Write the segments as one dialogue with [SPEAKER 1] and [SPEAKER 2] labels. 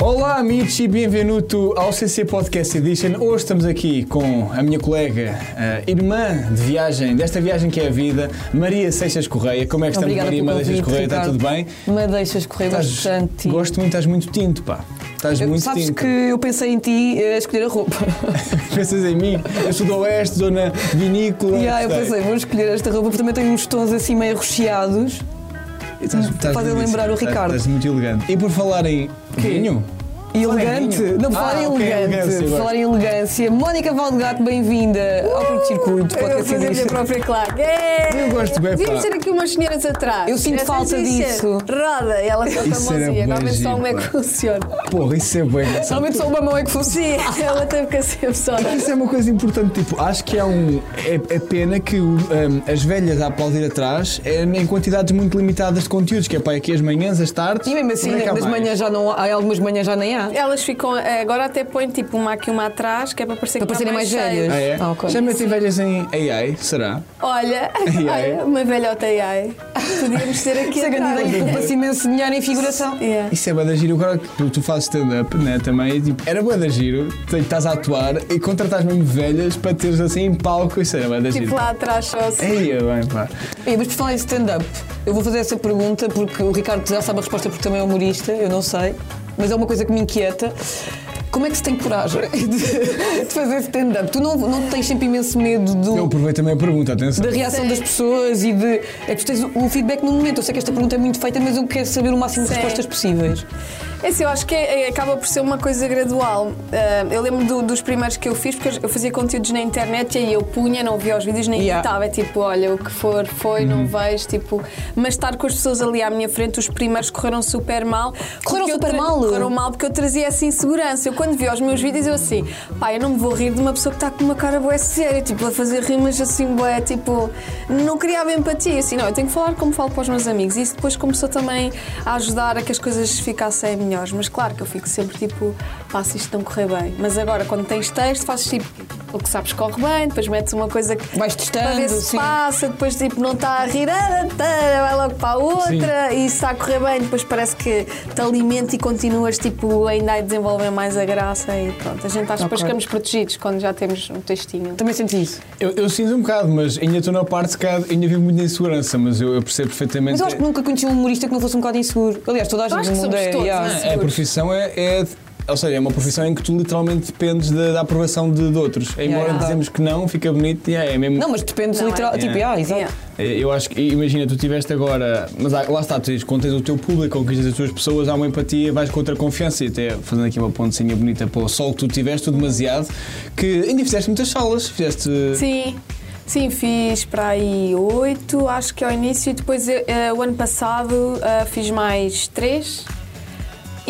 [SPEAKER 1] Olá, amigos, e bem-vindo ao CC Podcast Edition. Hoje estamos aqui com a minha colega, a irmã de viagem, desta viagem que é a vida, Maria Seixas Correia. Como é que estamos,
[SPEAKER 2] Obrigada
[SPEAKER 1] Maria?
[SPEAKER 2] pelo
[SPEAKER 1] Maria Seixas
[SPEAKER 2] convite,
[SPEAKER 1] Correia, está
[SPEAKER 2] Ricardo.
[SPEAKER 1] tá tudo bem?
[SPEAKER 2] Me deixas correr
[SPEAKER 1] Estás-
[SPEAKER 2] bastante.
[SPEAKER 1] Gosto muito, estás muito tinto, pá. Estás
[SPEAKER 2] Eu-
[SPEAKER 1] muito então.
[SPEAKER 2] sabes
[SPEAKER 1] tinto.
[SPEAKER 2] que eu pensei em ti eh, a escolher a roupa.
[SPEAKER 1] Pensas em mim? Eu sou do Oeste, zona vinícola.
[SPEAKER 2] e aí eu
[SPEAKER 1] gostei.
[SPEAKER 2] pensei, vou escolher esta roupa, porque também tem uns tons assim meio recheados.
[SPEAKER 1] Estás- estás
[SPEAKER 2] Fazem
[SPEAKER 1] lindíssima.
[SPEAKER 2] lembrar o
[SPEAKER 1] Estás-
[SPEAKER 2] Ricardo.
[SPEAKER 1] Estás muito elegante. E por falar em vinho,
[SPEAKER 2] E
[SPEAKER 1] Falar em
[SPEAKER 2] elegante.
[SPEAKER 1] vinho.
[SPEAKER 2] Não, por
[SPEAKER 1] Ah,
[SPEAKER 2] falar em
[SPEAKER 1] ok,
[SPEAKER 2] elegante.
[SPEAKER 1] elegância,
[SPEAKER 2] por
[SPEAKER 1] eu
[SPEAKER 2] falar em elegância. Mónica Valdegato, bem-vinda ao Porto Circuito. assim.
[SPEAKER 3] Eu vou
[SPEAKER 2] podcast
[SPEAKER 3] fazer a minha
[SPEAKER 2] Edition.
[SPEAKER 3] própria claque. É.
[SPEAKER 1] Eu gosto bem, pá.
[SPEAKER 3] Devíamos ser aqui umas senhoras atrás.
[SPEAKER 2] Eu sinto
[SPEAKER 3] Essas
[SPEAKER 2] falta
[SPEAKER 3] dizem,
[SPEAKER 2] disso.
[SPEAKER 3] Roda, e ela solta a
[SPEAKER 1] Isso era
[SPEAKER 3] mãozinha.
[SPEAKER 1] bué
[SPEAKER 3] Normalmente só
[SPEAKER 1] giro,
[SPEAKER 3] uma é
[SPEAKER 1] pá.
[SPEAKER 3] que funciona.
[SPEAKER 1] porra, isso é bem engraçado.
[SPEAKER 2] Realmente só uma mão é que fosse.
[SPEAKER 3] Sim, ela teve que ser só.
[SPEAKER 1] Isso é uma coisa importante, tipo, acho que é um. É, é pena que o, hum, as velhas a aplaudir atrás é em quantidades muito limitadas de conteúdos, que é para aqui as manhãs, as tardes.
[SPEAKER 2] E mesmo assim,
[SPEAKER 1] quando é que há
[SPEAKER 2] das
[SPEAKER 1] mais?
[SPEAKER 2] manhãs já não há, há algumas manhãs já nem há.
[SPEAKER 3] Elas ficam. eh, Agora até põem tipo uma aqui uma atrás, que é para parecer
[SPEAKER 2] Para
[SPEAKER 3] que está
[SPEAKER 2] parecerem
[SPEAKER 3] mais
[SPEAKER 2] mais
[SPEAKER 3] cheio.
[SPEAKER 2] velhas.
[SPEAKER 1] Ah, é?
[SPEAKER 2] Ah, ok.
[SPEAKER 1] Já metem velhas em AI, será?
[SPEAKER 3] Olha,
[SPEAKER 1] Ai, ai.
[SPEAKER 3] olha, uma velhota ai. Podíamos ter aqui
[SPEAKER 2] Isso é grande
[SPEAKER 3] atrás.
[SPEAKER 2] ideia. Poupa-se imenso dinheiro em figuração.
[SPEAKER 3] Yeah.
[SPEAKER 1] Isso é bué da giro, agora que tu- tu fazes stand-up, né, também, tipo, era bué da giro, tu estás a atuar e contratás mesmo velhas para teres assim em palco, isso era bué da
[SPEAKER 3] Tipo
[SPEAKER 1] é giro.
[SPEAKER 3] lá atrás só assim.
[SPEAKER 1] Ei, é bem, pá.
[SPEAKER 2] Ei, mas por falar em stand-up, eu vou fazer essa pergunta porque o Ricardo já sabe a resposta porque também é humorista, eu não sei, mas é uma coisa que me inquieta. Como é que se tem coragem de, de fazer stand-up? Tu não, não tens sempre imenso medo do-
[SPEAKER 1] Eu aproveito também a pergunta, atenção.
[SPEAKER 2] da reação
[SPEAKER 3] Sim.
[SPEAKER 2] das pessoas e de. É que tu tens o feedback no momento. Eu sei que esta pergunta é muito feita, mas eu quero saber o máximo de
[SPEAKER 3] Sim.
[SPEAKER 2] respostas possíveis.
[SPEAKER 3] É assim, eu acho que é- é- acaba por ser uma coisa gradual. Ah, eu lembro do- dos primeiros que eu fiz, porque eu- eu fazia conteúdos na internet e aí eu punha, não via os vídeos, nem
[SPEAKER 2] Yeah. Uhum.
[SPEAKER 3] editava. É tipo, olha, o que for, foi, não vejo, tipo... Mas estar com as pessoas ali à minha frente, os primeiros correram super mal.
[SPEAKER 2] Correram
[SPEAKER 3] porque eu
[SPEAKER 2] super
[SPEAKER 3] tra-
[SPEAKER 2] mal?
[SPEAKER 3] Correram mal porque eu trazia essa insegurança. Eu quando vi os meus vídeos, eu assim, pá, eu não me vou rir de uma pessoa que está com uma cara boa séria, tipo, a fazer rimas assim, boé, tipo... Não criava empatia, assim, não, eu tenho que falar como falo para os meus amigos. E isso depois começou também a ajudar a que as coisas ficassem melhores. Mas claro que eu fico sempre tipo, pá, se isto não correr bem. Mas agora, quando tens texto, fazes tipo, o que sabes corre bem, depois metes uma coisa que...
[SPEAKER 2] Vais testando,
[SPEAKER 3] Para ver se
[SPEAKER 2] sim.
[SPEAKER 3] passa, depois tipo, não está a rir, ah, tá, vai logo para a outra e se está a correr bem, depois parece que te alimenta e continuas tipo, ainda a desenvolver mais a graça e pronto. A gente acho que depois
[SPEAKER 2] Ok.
[SPEAKER 3] ficamos protegidos quando já temos um textinho.
[SPEAKER 2] Também senti isso.
[SPEAKER 1] Eu, eu sinto um bocado, mas ainda estou na parte, se calhar, ainda vivo muito na insegurança, mas eu, eu percebo perfeitamente.
[SPEAKER 2] Mas eu acho que nunca conheci um humorista que não fosse um bocado inseguro. Aliás, toda a
[SPEAKER 3] Eu
[SPEAKER 2] gente
[SPEAKER 3] acho
[SPEAKER 2] do
[SPEAKER 3] que
[SPEAKER 2] mundo
[SPEAKER 3] somos
[SPEAKER 2] é.
[SPEAKER 3] todos,
[SPEAKER 2] yeah.
[SPEAKER 3] não é?
[SPEAKER 1] É, a profissão é, é- Ou seja, é uma profissão em que tu literalmente dependes da, da aprovação de, de outros. Embora
[SPEAKER 2] yeah.
[SPEAKER 1] dizemos que não, fica bonito e é, é mesmo.
[SPEAKER 2] Não, mas depende
[SPEAKER 3] Não é?
[SPEAKER 2] literal. Tipo,
[SPEAKER 1] Yeah.
[SPEAKER 2] ah, exato.
[SPEAKER 3] Yeah.
[SPEAKER 1] Eu acho que, imagina, tu tiveste agora. Mas há- lá está, tu tens, quando tens o teu público, conquistas as tuas pessoas, há uma empatia, vais com outra confiança. E até fazendo aqui uma pontezinha bonita para o sol que tu tiveste, o demasiado, que ainda fizeste muitas salas. Fizeste.
[SPEAKER 3] Sim. Sim, fiz para aí oito, acho que ao início, e depois eh, o ano passado eh, fiz mais três.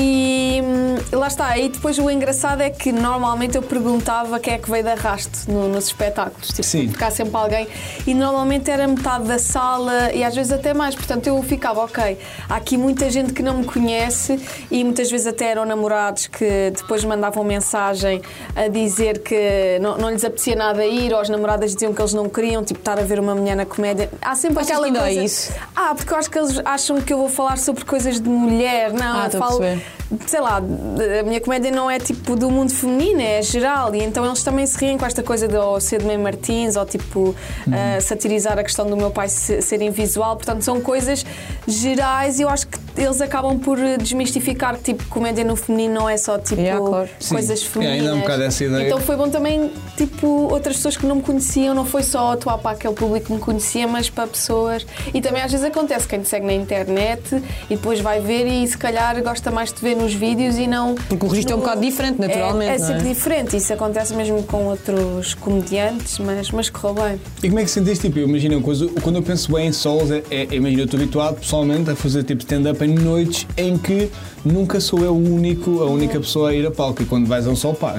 [SPEAKER 3] E hum, lá está, e depois o engraçado é que normalmente eu perguntava quem é que veio de arrasto no- nos espetáculos, tipo,
[SPEAKER 1] Sim.
[SPEAKER 3] ficar sempre alguém, e normalmente era metade da sala e às vezes até mais, portanto eu ficava, ok, há aqui muita gente que não me conhece e muitas vezes até eram namorados que depois mandavam mensagem a dizer que não, não lhes apetecia nada ir, ou as namoradas diziam que eles não queriam, tipo, estar a ver uma mulher na comédia. Há sempre
[SPEAKER 2] Achas
[SPEAKER 3] aquela
[SPEAKER 2] que ainda há
[SPEAKER 3] coisa.
[SPEAKER 2] isso?
[SPEAKER 3] Ah, porque eu acho que eles acham que eu vou falar sobre coisas de mulher, não,
[SPEAKER 2] Ah,
[SPEAKER 3] eu
[SPEAKER 2] estou a
[SPEAKER 3] falo,
[SPEAKER 2] perceber.
[SPEAKER 3] sei lá, a minha comédia não é tipo do mundo feminino, é geral. E então eles também se riem com esta coisa de ou ser de Mãe Martins ou tipo
[SPEAKER 2] Hum.
[SPEAKER 3] ah, satirizar a questão do meu pai se- ser invisual. Portanto, são coisas gerais e eu acho que eles acabam por eh, desmistificar que tipo comédia no feminino não é só tipo
[SPEAKER 2] Yeah, claro.
[SPEAKER 1] Sim.
[SPEAKER 3] coisas
[SPEAKER 1] É, ainda há um
[SPEAKER 3] femininas.
[SPEAKER 1] bocado essa ideia.
[SPEAKER 3] Então foi bom também, tipo, outras pessoas que não me conheciam, não foi só atuar para aquele público que me conhecia, mas para pessoas. E também às vezes acontece quem te segue na internet e depois vai ver e se calhar gosta mais de ver nos vídeos e não.
[SPEAKER 2] Porque o registro é um
[SPEAKER 3] não-
[SPEAKER 2] bocado diferente, naturalmente,
[SPEAKER 3] É, é
[SPEAKER 2] não é?
[SPEAKER 3] sempre diferente, isso acontece mesmo com outros comediantes, mas, mas correu bem.
[SPEAKER 1] E como é que sentiste? Tipo, eu imagino, quando quando eu penso bem em solos, é, é, imagino, eu estou habituado pessoalmente a fazer tipo stand-up em noites em que nunca sou eu o único, a
[SPEAKER 2] Uhum.
[SPEAKER 1] única pessoa a ir a palco. E quando vais a um sol, pá,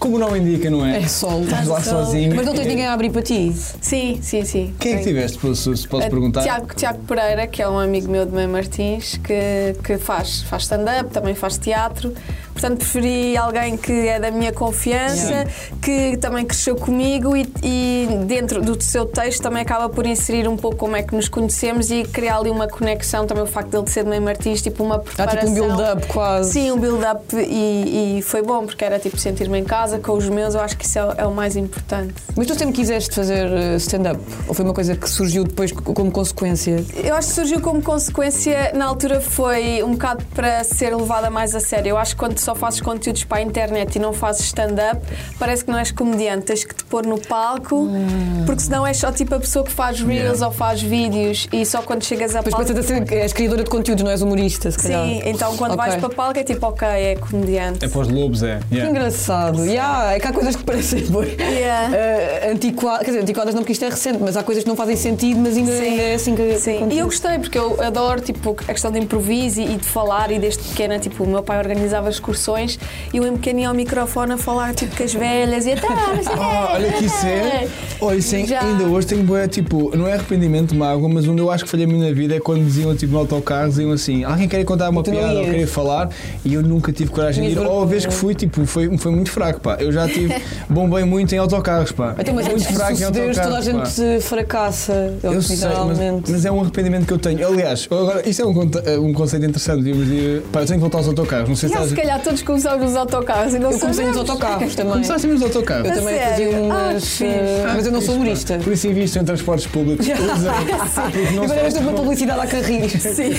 [SPEAKER 1] como o nome indica, não é?
[SPEAKER 2] É solo.
[SPEAKER 1] Estás lá
[SPEAKER 3] Sol.
[SPEAKER 1] sozinho.
[SPEAKER 2] Mas não tens ninguém a abrir para ti.
[SPEAKER 3] Sim, sim, sim.
[SPEAKER 1] Quem é que
[SPEAKER 3] Sim.
[SPEAKER 1] tiveste, se, se
[SPEAKER 2] É
[SPEAKER 1] posso
[SPEAKER 3] Uh,
[SPEAKER 1] perguntar?
[SPEAKER 3] Tiago, Tiago Pereira, que é um amigo meu de Mãe Martins, que, que faz, faz stand-up, também faz teatro. Portanto, preferi alguém que é da minha confiança,
[SPEAKER 2] Yeah.
[SPEAKER 3] que também cresceu comigo e, e dentro do seu texto também acaba por inserir um pouco como é que nos conhecemos e criar ali uma conexão também o facto dele ser do mesmo artista, tipo uma
[SPEAKER 2] Há
[SPEAKER 3] preparação.
[SPEAKER 2] tipo um build-up quase.
[SPEAKER 3] Sim, um build-up e, e foi bom, porque era tipo sentir-me em casa com os meus, eu acho que isso é, é o mais importante.
[SPEAKER 2] Mas tu sempre quiseste fazer eh, stand-up? Ou foi uma coisa que surgiu depois co- como consequência?
[SPEAKER 3] Eu acho que surgiu como consequência, na altura foi um bocado para ser levada mais a sério. Eu acho que quando só fazes conteúdos para a internet e não fazes stand-up, parece que não és comediante, tens que te pôr no palco,
[SPEAKER 2] Hum.
[SPEAKER 3] porque senão és só tipo a pessoa que faz reels
[SPEAKER 1] Yeah.
[SPEAKER 3] ou faz vídeos e só quando chegas a
[SPEAKER 2] Depois
[SPEAKER 3] palco.
[SPEAKER 2] pensas a ser, és criadora de conteúdo, não és humorista, se calhar.
[SPEAKER 3] Sim, então quando
[SPEAKER 2] Ok.
[SPEAKER 3] vais para palco é tipo, ok, é comediante.
[SPEAKER 1] É para os lobos, é.
[SPEAKER 2] Que
[SPEAKER 1] Yeah.
[SPEAKER 2] engraçado. Yeah, é que há coisas que parecem boi.
[SPEAKER 3] Yeah.
[SPEAKER 2] antiquadas, quer dizer, antiquadas não porque isto é recente, mas há coisas que não fazem sentido, mas ainda,
[SPEAKER 3] Sim.
[SPEAKER 2] ainda é assim que.
[SPEAKER 3] Sim,
[SPEAKER 2] acontece.
[SPEAKER 3] e eu gostei porque eu adoro tipo, a questão de improviso e, e de falar e desde pequena, tipo, o meu pai organizava excursões e eu em pequeno ia ao microfone a falar tipo com as velhas e até não sei o quê,
[SPEAKER 1] Ah, olha que isso é. Olha, isso é-
[SPEAKER 3] Já.
[SPEAKER 1] ainda hoje tenho boa, tipo, não é arrependimento, mágoa, mas onde eu acho que falhei a minha vida é quando diziam, tipo, no autocarro, diziam assim: alguém quer contar uma
[SPEAKER 2] Tu não
[SPEAKER 1] piada ou
[SPEAKER 2] ias.
[SPEAKER 1] querer falar, e eu nunca tive coragem de ir.
[SPEAKER 2] Tinhas
[SPEAKER 1] Ou a
[SPEAKER 2] vergonha.
[SPEAKER 1] vez que fui, tipo, foi, foi muito fraco, pá. Eu já tive, bombei muito em autocarros, pá.
[SPEAKER 2] Então, mas
[SPEAKER 1] muito
[SPEAKER 2] antes de suceder, toda a gente se fracassa,
[SPEAKER 1] Eu sei, mas,
[SPEAKER 2] literalmente.
[SPEAKER 1] mas é um arrependimento que eu tenho. Aliás, agora, isso é um, conte- um conceito interessante. Devíamos dizer, pá, eu tenho que voltar aos autocarros. Não sei
[SPEAKER 3] Já,
[SPEAKER 1] se
[SPEAKER 3] se calhar todos começámos nos autocarros e não
[SPEAKER 2] Eu comecei nos
[SPEAKER 3] sabemos.
[SPEAKER 2] autocarros também.
[SPEAKER 1] Começaste a ir assim nos autocarros.
[SPEAKER 2] Eu
[SPEAKER 3] A
[SPEAKER 2] também
[SPEAKER 3] sério?
[SPEAKER 2] fazia
[SPEAKER 3] Ah,
[SPEAKER 2] umas.
[SPEAKER 3] que
[SPEAKER 2] eh, mas eu não sou humorista.
[SPEAKER 1] Por isso invisto em transportes públicos. Usem, porque não
[SPEAKER 2] Agora
[SPEAKER 1] só-
[SPEAKER 2] estou para publicidade a carris.
[SPEAKER 3] Sim,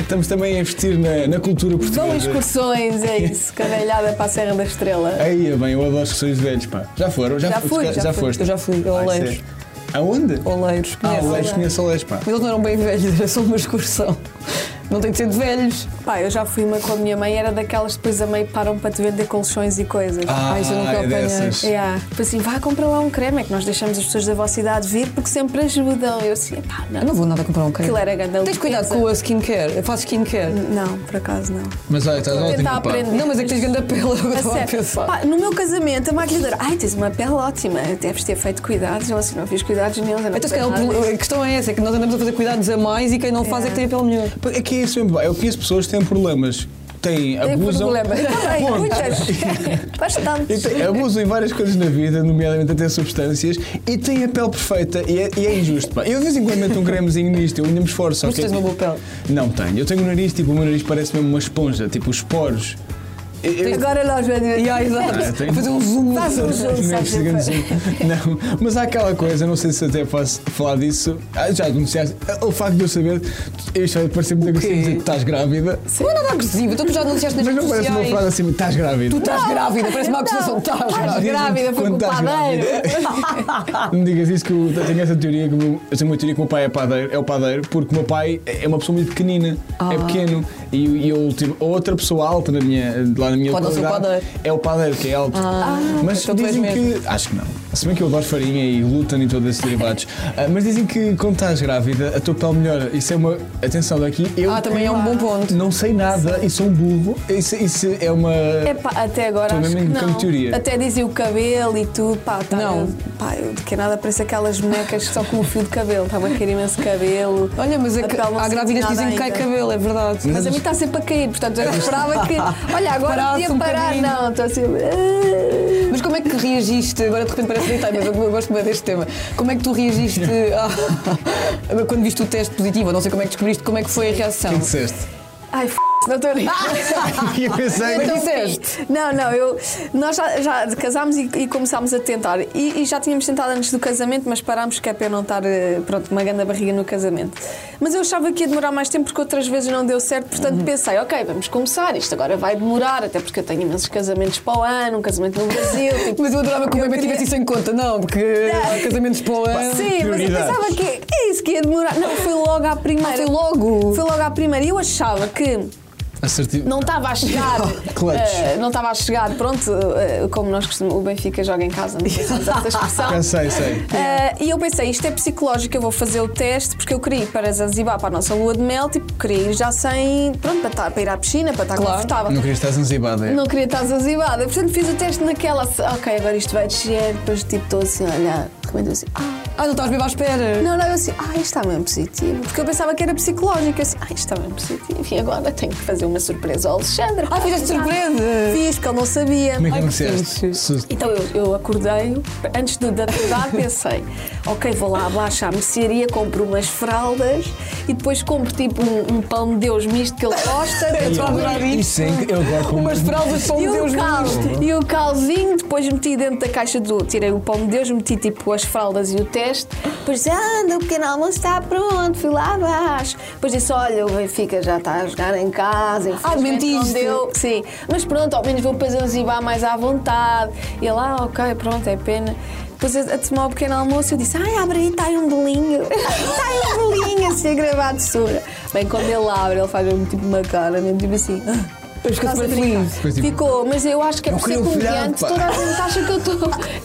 [SPEAKER 1] Estamos também a investir na, na cultura
[SPEAKER 3] vão em
[SPEAKER 1] portuguesa.
[SPEAKER 3] excursões, é isso, cavalhada para a Serra da Estrela.
[SPEAKER 1] Aí, bem, eu adoro excursões de velhos, pá. Já foram? Já,
[SPEAKER 3] Já
[SPEAKER 1] fo-
[SPEAKER 3] fui, já fui.
[SPEAKER 1] foste?
[SPEAKER 2] Eu já fui a
[SPEAKER 1] Ai,
[SPEAKER 2] Oleiros.
[SPEAKER 1] sério. Aonde?
[SPEAKER 2] Oleiros,
[SPEAKER 1] Ah,
[SPEAKER 2] conheces?
[SPEAKER 1] Oleiros, conheço Oleiros, pá.
[SPEAKER 2] Mas eles não eram bem velhos, era só uma excursão. Não tem de ser de velhos.
[SPEAKER 3] Pá, eu já fui uma com a minha mãe, era daquelas que depois a mãe param para te vender colchões e coisas.
[SPEAKER 2] Ai, isso eu nunca
[SPEAKER 1] é
[SPEAKER 2] apanhei.
[SPEAKER 1] dessas.
[SPEAKER 3] Yeah. Tipo assim, vá comprar lá um creme, é que nós deixamos as pessoas da vossa idade vir porque sempre ajudam. Eu assim, pá,
[SPEAKER 2] Eu
[SPEAKER 3] não.
[SPEAKER 2] não vou nada comprar um creme.
[SPEAKER 3] Aquilo era grande
[SPEAKER 2] Tens cuidado com a skincare. Eu faço skincare.
[SPEAKER 3] Não, por acaso não.
[SPEAKER 1] Mas olha, estás ótimo,
[SPEAKER 3] tentar
[SPEAKER 1] pá.
[SPEAKER 3] aprender.
[SPEAKER 2] Não, mas é que tens grande pele, eu
[SPEAKER 3] A
[SPEAKER 2] estava a
[SPEAKER 3] sério.
[SPEAKER 2] pensar.
[SPEAKER 3] Pá, no meu casamento, a maquilhadora, ai, tens uma pele ótima, deves ter feito cuidados. Eu assim, não fiz cuidados nenhum. eu não
[SPEAKER 2] Então, se
[SPEAKER 3] sei
[SPEAKER 2] calhar, o
[SPEAKER 3] nada.
[SPEAKER 2] problema- a questão é essa, é que nós andamos a fazer cuidados a mais e quem não faz é que tem a pele melhor.
[SPEAKER 1] Pá, É que é isso mesmo, pá. Eu conheço pessoas que têm problemas. Têm,
[SPEAKER 3] Tem
[SPEAKER 1] abusam.
[SPEAKER 3] problema. Também,
[SPEAKER 1] Ponto.
[SPEAKER 3] Tá
[SPEAKER 1] Então, é
[SPEAKER 3] muitas.
[SPEAKER 1] E
[SPEAKER 3] Bastantes.
[SPEAKER 1] tem- abusam em várias coisas na vida, nomeadamente até substâncias, e têm a pele perfeita e é, e é injusto. Pá. Eu de vez em quando meto um cremezinho nisto, eu ainda me esforço.
[SPEAKER 2] Mas tu
[SPEAKER 1] ok?
[SPEAKER 2] tens uma boa pele.
[SPEAKER 1] Não tenho. Eu tenho o nariz, tipo, o meu nariz parece mesmo uma esponja, tipo, os poros. Eu- eu-
[SPEAKER 3] Agora nós vamos
[SPEAKER 2] E há,
[SPEAKER 1] Ah,
[SPEAKER 2] exato.
[SPEAKER 1] eu tenho-
[SPEAKER 2] Vou fazer um zoom.
[SPEAKER 3] Faz um zoom.
[SPEAKER 1] Não,
[SPEAKER 3] sabe?
[SPEAKER 1] este grande zoom. Não, mas há aquela coisa, não sei se até posso falar disso. Ah, já anunciaste. O facto de eu saber, eu isto vai parecer muito agressivo dizer que estás grávida.
[SPEAKER 2] Não é nada agressivo, então tu já anunciaste nas
[SPEAKER 1] assim. Mas não
[SPEAKER 2] redes
[SPEAKER 1] parece uma
[SPEAKER 2] sociais.
[SPEAKER 1] frase assim, estás grávida.
[SPEAKER 2] Tu estás grávida, parece uma acusação. Estás grávida.
[SPEAKER 3] grávida, foi é?
[SPEAKER 1] Quando
[SPEAKER 3] com o
[SPEAKER 1] estás
[SPEAKER 3] padeiro.
[SPEAKER 1] Não me digas isso que eu tenho essa teoria que o meu- eu tenho uma teoria que o meu pai é padeiro, é o padeiro, porque o meu pai é uma pessoa muito pequenina, é
[SPEAKER 2] Ah.
[SPEAKER 1] pequeno. E, e eu tive outra pessoa alta na minha, lá na minha
[SPEAKER 2] Pode não ser o
[SPEAKER 1] localidade, É o padeiro que é alto. mas
[SPEAKER 2] então tu és
[SPEAKER 1] dizem
[SPEAKER 2] mesmo.
[SPEAKER 1] que. Acho que não. Se bem que eu adoro farinha e glúten e todos esses derivados. Ah, mas dizem que quando estás grávida, a tua pele melhora. Isso é uma. Atenção daqui, eu
[SPEAKER 2] Ah, também é um bom ponto.
[SPEAKER 1] não sei nada e sou um burro. Isso, isso é uma.
[SPEAKER 3] Epá, até agora
[SPEAKER 1] Estou
[SPEAKER 3] acho que
[SPEAKER 1] mesmo com
[SPEAKER 3] não.
[SPEAKER 1] teoria.
[SPEAKER 3] Até dizia o cabelo e tudo, pá, tá,
[SPEAKER 2] Não.
[SPEAKER 3] Pá, eu de que é nada parece aquelas bonecas só com um fio de cabelo, estava a cair imenso cabelo.
[SPEAKER 2] Olha, mas é
[SPEAKER 3] A
[SPEAKER 2] que
[SPEAKER 3] pele não
[SPEAKER 2] há
[SPEAKER 3] se
[SPEAKER 2] grávidas que
[SPEAKER 3] sente
[SPEAKER 2] dizem que
[SPEAKER 3] nada
[SPEAKER 2] cai
[SPEAKER 3] ainda.
[SPEAKER 2] cabelo, é verdade.
[SPEAKER 3] Mas a mim está sempre a cair, portanto eu esperava que. Olha, agora
[SPEAKER 2] Parasse
[SPEAKER 3] podia
[SPEAKER 2] um
[SPEAKER 3] parar,
[SPEAKER 2] bocadinho.
[SPEAKER 3] não, estou assim. "Ah".
[SPEAKER 2] Mas como é que reagiste? Agora de repente parece detalhe, mas eu, eu gosto bem deste tema. Como é que tu reagiste a- quando viste o teste positivo? Não sei como é que descobriste, como é que foi a reação?
[SPEAKER 1] O que disseste?
[SPEAKER 3] Ai, f, não estou a rir.
[SPEAKER 2] Ah,
[SPEAKER 1] eu pensei.
[SPEAKER 2] Mas
[SPEAKER 3] Então,
[SPEAKER 2] disseste?
[SPEAKER 3] Não, não, eu, nós já, já casámos e, e começámos a tentar. E, e já tínhamos tentado antes do casamento, mas parámos que é para eu não estar eh, pronto, uma grande barriga no casamento. Mas eu achava que ia demorar mais tempo porque outras vezes não deu certo, portanto
[SPEAKER 2] Uhum.
[SPEAKER 3] pensei, ok, vamos começar, isto agora vai demorar, até porque eu tenho imensos casamentos para o ano, um casamento no Brasil, tipo,
[SPEAKER 2] Mas eu adorava que o bebê tivesse isso em conta, não, porque há casamentos para o ano.
[SPEAKER 3] Sim, mas eu
[SPEAKER 1] Prioridades.
[SPEAKER 3] pensava que que é isso que ia demorar. Não, foi logo à primeira.
[SPEAKER 2] Foi Ah, logo.
[SPEAKER 3] Foi logo à primeira. E eu achava que
[SPEAKER 1] Assertivo.
[SPEAKER 3] não
[SPEAKER 2] tá-
[SPEAKER 3] estava a chegar.
[SPEAKER 1] Oh, Clutch.
[SPEAKER 3] eh, não estava a chegar, pronto, eh, como nós costumamos, o Benfica joga em casa, não precisamos dessa expressão.
[SPEAKER 1] Já sei, sei.
[SPEAKER 3] Eh, e eu pensei, isto é psicológico, eu vou fazer o teste, porque eu queria ir para Zanzibar, para a nossa lua de mel, tipo, queria ir já sem. Pronto, para, estar, para ir à piscina, para estar
[SPEAKER 2] Claro.
[SPEAKER 3] confortável.
[SPEAKER 1] Não queria estar zanzibada. é?
[SPEAKER 3] Não queria estar zazibada. Portanto, fiz o teste naquela. Ok, agora isto vai descer. Depois, tipo, estou assim a olhar. De repente, eu assim. Ah,
[SPEAKER 2] Ah, não estás mesmo à espera.
[SPEAKER 3] Não, não, eu assim, ah, isto está mesmo positivo. Porque eu pensava que era psicológico. Eu assim, ah, isto está mesmo positivo. E agora tenho que fazer uma surpresa ao Alexandre.
[SPEAKER 2] Ah, fizeste surpresa?
[SPEAKER 3] Fiz, porque ele não sabia.
[SPEAKER 1] Como é que
[SPEAKER 2] Ai, que
[SPEAKER 1] anunciaste?
[SPEAKER 2] fixe.
[SPEAKER 1] Se-
[SPEAKER 3] Então eu, eu acordei, antes de de acordar, pensei: ok, vou lá abaixo à mercearia, compro umas fraldas e depois compro tipo um, um pão de Deus misto que ele gosta.
[SPEAKER 2] Eu estou a adorar
[SPEAKER 1] Isso é que eu agora com
[SPEAKER 2] Umas fraldas são
[SPEAKER 3] E
[SPEAKER 2] de Deus
[SPEAKER 3] o, cal,
[SPEAKER 2] meus.
[SPEAKER 3] e o calzinho, depois meti dentro da caixa do. Tirei o pão de Deus, meti tipo as fraldas e o teste. Depois disse: anda, o pequeno almoço está pronto, fui lá abaixo. Depois disse: olha, o Benfica já está a jogar em casa. infelizmente não
[SPEAKER 2] mentiste.
[SPEAKER 3] deu. Sim, mas pronto, ao menos vou para Zanzibar mais à vontade. E ele, ah, ok, pronto, é pena. Depois a, a tomar o pequeno almoço, eu disse: Ai, abre aí, está aí um bolinho. Está aí um bolinho, assim, a gravar de surra. Bem, quando ele abre, ele faz mesmo tipo uma cara, mesmo tipo assim. "Ah,
[SPEAKER 2] Depois fica
[SPEAKER 3] estás a
[SPEAKER 2] super
[SPEAKER 3] brincar."
[SPEAKER 2] feliz.
[SPEAKER 1] Foi tipo,
[SPEAKER 3] Ficou, mas eu acho que é
[SPEAKER 1] "Eu
[SPEAKER 3] por ser
[SPEAKER 1] queria um filhado,
[SPEAKER 3] comediante,
[SPEAKER 1] pá."
[SPEAKER 3] toda a gente acha que eu estou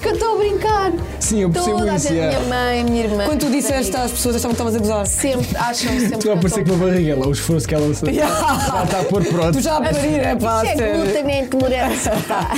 [SPEAKER 3] que eu estou a brincar.
[SPEAKER 1] Sim, eu percebo
[SPEAKER 3] toda
[SPEAKER 1] isso,
[SPEAKER 3] A gente,
[SPEAKER 1] é.
[SPEAKER 3] minha mãe, minha irmã.
[SPEAKER 2] Quando tu
[SPEAKER 3] meus
[SPEAKER 2] disseste
[SPEAKER 3] amigos,
[SPEAKER 2] às pessoas, achavam que estavas a gozar.
[SPEAKER 3] Sempre, acham sempre.
[SPEAKER 1] Tu a aparecer
[SPEAKER 3] eu
[SPEAKER 1] com uma barriga lá, o esforço que ela se- ela está a pôr pronto.
[SPEAKER 2] Tu já a parir, é
[SPEAKER 3] estou-
[SPEAKER 2] pá, a
[SPEAKER 3] Isso é
[SPEAKER 2] sério.
[SPEAKER 3] glutamente morante, pá.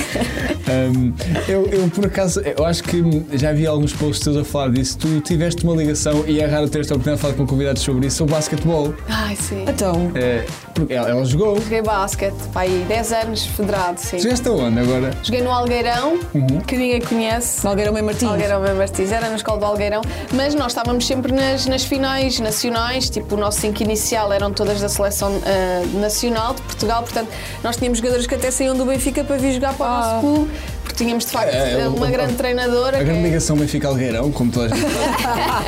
[SPEAKER 1] Um, eu, eu, por acaso, eu acho que já vi alguns posts teus a falar disso. Tu tiveste uma ligação, e é raro ter esta oportunidade de falar com convidados sobre isso, sobre basquetebol.
[SPEAKER 3] Ai, sim.
[SPEAKER 2] Então,
[SPEAKER 1] É, porque ela, ela jogou.
[SPEAKER 3] Joguei basquete, pá, aí 10 anos federado, sim.
[SPEAKER 1] Jogaste aonde agora?
[SPEAKER 3] Joguei no Algueirão,
[SPEAKER 1] Uhum.
[SPEAKER 3] que ninguém conhece.
[SPEAKER 2] Salgueirão Mãe Martins.
[SPEAKER 3] Algueirão bem Martins, era na escola do Algueirão, mas nós estávamos sempre nas, nas finais nacionais, tipo o nosso 5 inicial eram todas da seleção ah, nacional de Portugal, portanto nós tínhamos jogadores que até saíam do Benfica para vir jogar para o
[SPEAKER 2] Ah.
[SPEAKER 3] nosso clube, porque tínhamos de facto
[SPEAKER 1] É,
[SPEAKER 3] uma
[SPEAKER 1] o-
[SPEAKER 3] grande
[SPEAKER 1] o-
[SPEAKER 3] treinadora.
[SPEAKER 1] A grande
[SPEAKER 3] que-
[SPEAKER 1] ligação Benfica-Algueirão, como toda a gente sabe.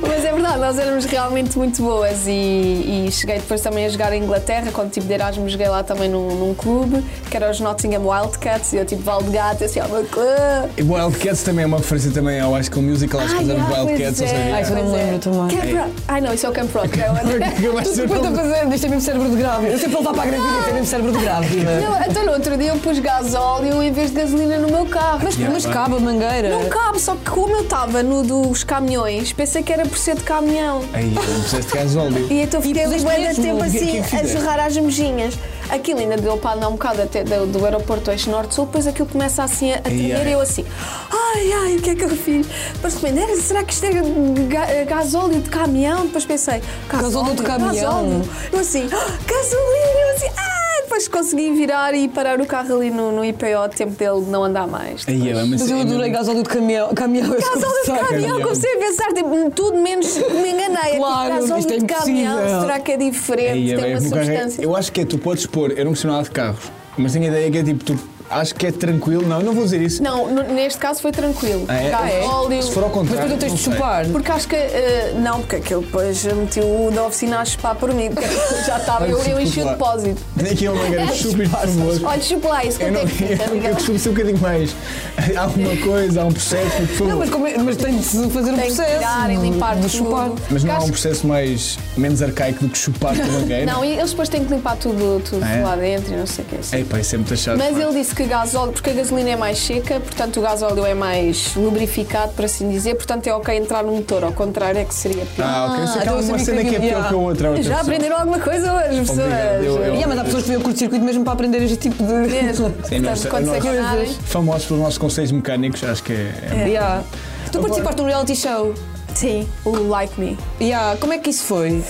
[SPEAKER 3] Mas é verdade, nós éramos realmente muito boas e, e cheguei depois também a jogar em Inglaterra, quando tive de Erasmus joguei lá também num, num clube, que era os Nottingham Wildcats, e eu tipo Valdegato, assim, ó, meu clube.
[SPEAKER 1] E Wildcats também é uma referência também ao High School Musical, acho que eles eram os Wildcats, ou
[SPEAKER 2] ah, é. Ai, isso
[SPEAKER 1] seja...
[SPEAKER 2] eu não me lembro também.
[SPEAKER 3] Camp Rock. é. Ai não, isso é o Camp Rock. é outra.
[SPEAKER 1] Que vai
[SPEAKER 2] Mas
[SPEAKER 1] ser
[SPEAKER 2] depois
[SPEAKER 1] como-
[SPEAKER 2] a fazer, isto é mesmo cérebro de grávida. Eu sempre voltava para a gravidez, isto é mesmo cérebro de grávida.
[SPEAKER 3] Não, Então no outro dia eu pus gasóleo em vez de gasolina no meu carro. Mas,
[SPEAKER 1] Yeah.
[SPEAKER 2] Mas cabe a mangueira.
[SPEAKER 3] não cabe, só que como eu estava no dos caminhões, pensei que era por ser de caminhão.
[SPEAKER 1] Ai, não precisaste de gasóleo.
[SPEAKER 3] E então fiquei ali
[SPEAKER 2] puseste
[SPEAKER 3] bué de
[SPEAKER 2] mesmo?
[SPEAKER 3] tempo
[SPEAKER 2] O
[SPEAKER 1] que é que
[SPEAKER 3] assim a
[SPEAKER 1] fizeste?
[SPEAKER 3] jorrar as mejinhas. Aquilo ainda deu para andar um bocado até do, do aeroporto eixo norte-sul, depois aquilo começa assim a, a tremer
[SPEAKER 1] ai.
[SPEAKER 3] e
[SPEAKER 2] é.
[SPEAKER 3] eu assim, ai ai, o que é que eu fiz? Depois de repente, "Era, será que isto é ga- gasóleo de caminhão? Depois pensei,
[SPEAKER 2] Gasóleo de caminhão?
[SPEAKER 3] gasóleo." Eu assim, "Ah, gasolina, eu assim, ah! Depois consegui virar e parar o carro ali no, no IPO, o tempo dele de não andar mais.
[SPEAKER 1] Ai, é, mas
[SPEAKER 2] Mas eu
[SPEAKER 1] é
[SPEAKER 2] adorei
[SPEAKER 1] mesmo-
[SPEAKER 2] gasóleo de caminhão. Caminhão, esse
[SPEAKER 3] Gasóleo de
[SPEAKER 2] conceito.
[SPEAKER 3] caminhão,
[SPEAKER 1] caminhão.
[SPEAKER 3] comecei a pensar tipo, tudo menos me enganei.
[SPEAKER 2] Claro,
[SPEAKER 3] é tipo, gasóleo
[SPEAKER 2] isto é
[SPEAKER 3] de caminhão,
[SPEAKER 2] impossível.
[SPEAKER 3] será que é diferente?
[SPEAKER 1] Ai, é
[SPEAKER 3] Tem
[SPEAKER 1] bem,
[SPEAKER 3] uma
[SPEAKER 1] o carro é-
[SPEAKER 3] substância.
[SPEAKER 1] Eu acho que é, tu podes pôr, eu não gosto nada de carros, mas tenho a ideia que é tipo, tu acho que é tranquilo, não, eu não vou dizer isso.
[SPEAKER 3] Não, n- neste caso foi tranquilo.
[SPEAKER 1] Ah, é?
[SPEAKER 3] Gasóleo.
[SPEAKER 1] Se for ao
[SPEAKER 2] Mas
[SPEAKER 1] contrário,
[SPEAKER 2] depois eu tens
[SPEAKER 1] não
[SPEAKER 2] de
[SPEAKER 1] sei.
[SPEAKER 2] chupar.
[SPEAKER 3] Porque acho que. eh, não, porque aquele depois meteu o da oficina a chupar por mim. Porque já estava, eu, eu enchi o depósito.
[SPEAKER 1] Tem aqui uma mangueira, chupem, por favor.
[SPEAKER 3] Olha, chupa lá isso,
[SPEAKER 1] Eu
[SPEAKER 3] quanto
[SPEAKER 1] não
[SPEAKER 3] é que fica,
[SPEAKER 1] eu- eu
[SPEAKER 3] Miguel?
[SPEAKER 1] costumo ser um bocadinho mais. Há alguma coisa, há um processo, por favor.
[SPEAKER 2] Não, mas, como é- mas tem de se fazer o
[SPEAKER 3] Tem que
[SPEAKER 2] processo.
[SPEAKER 3] tirar e
[SPEAKER 2] de-
[SPEAKER 3] limpar
[SPEAKER 2] de
[SPEAKER 3] tudo.
[SPEAKER 2] chupar.
[SPEAKER 1] Mas não há um
[SPEAKER 3] Acho-
[SPEAKER 1] processo mais menos arcaico do que chupar com mangueira?
[SPEAKER 3] Não, e eles depois têm que limpar tudo, tudo
[SPEAKER 1] Ah, é?
[SPEAKER 3] lá dentro e não sei o que é
[SPEAKER 1] Ei, pá, isso é muito chato.
[SPEAKER 3] Mas
[SPEAKER 1] pá.
[SPEAKER 3] ele disse que gasóleo, porque a gasolina é mais seca, portanto o gasóleo é mais lubrificado, por assim dizer, portanto é ok entrar no motor, ao contrário é que seria pior.
[SPEAKER 1] Ah, ok. Eu sei
[SPEAKER 2] Ah,
[SPEAKER 1] que há
[SPEAKER 2] então eu
[SPEAKER 1] uma
[SPEAKER 2] sabia
[SPEAKER 1] cena
[SPEAKER 2] que
[SPEAKER 1] que é
[SPEAKER 2] havia-
[SPEAKER 1] pior que a outra. a outra
[SPEAKER 3] Já
[SPEAKER 1] pessoa.
[SPEAKER 3] aprenderam alguma coisa hoje, pessoas?
[SPEAKER 1] Obrigado, eu- eu-
[SPEAKER 2] Yeah, mas há pessoas que veem o curto-circuito mesmo para aprender este tipo de.
[SPEAKER 3] Mesmo.
[SPEAKER 1] Sim, nós-
[SPEAKER 3] Portanto, quando se
[SPEAKER 1] nós-
[SPEAKER 3] enganarem.
[SPEAKER 1] Famosos pelos nossos conselhos mecânicos, acho que é.
[SPEAKER 2] Yeah. Tu
[SPEAKER 1] Agora-
[SPEAKER 2] participaste num reality show.
[SPEAKER 3] Sim, o Like Me.
[SPEAKER 2] Yeah. Como é que isso foi?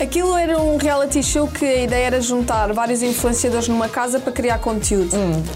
[SPEAKER 3] Aquilo era um reality show que a ideia era juntar vários influenciadores numa casa para criar conteúdo.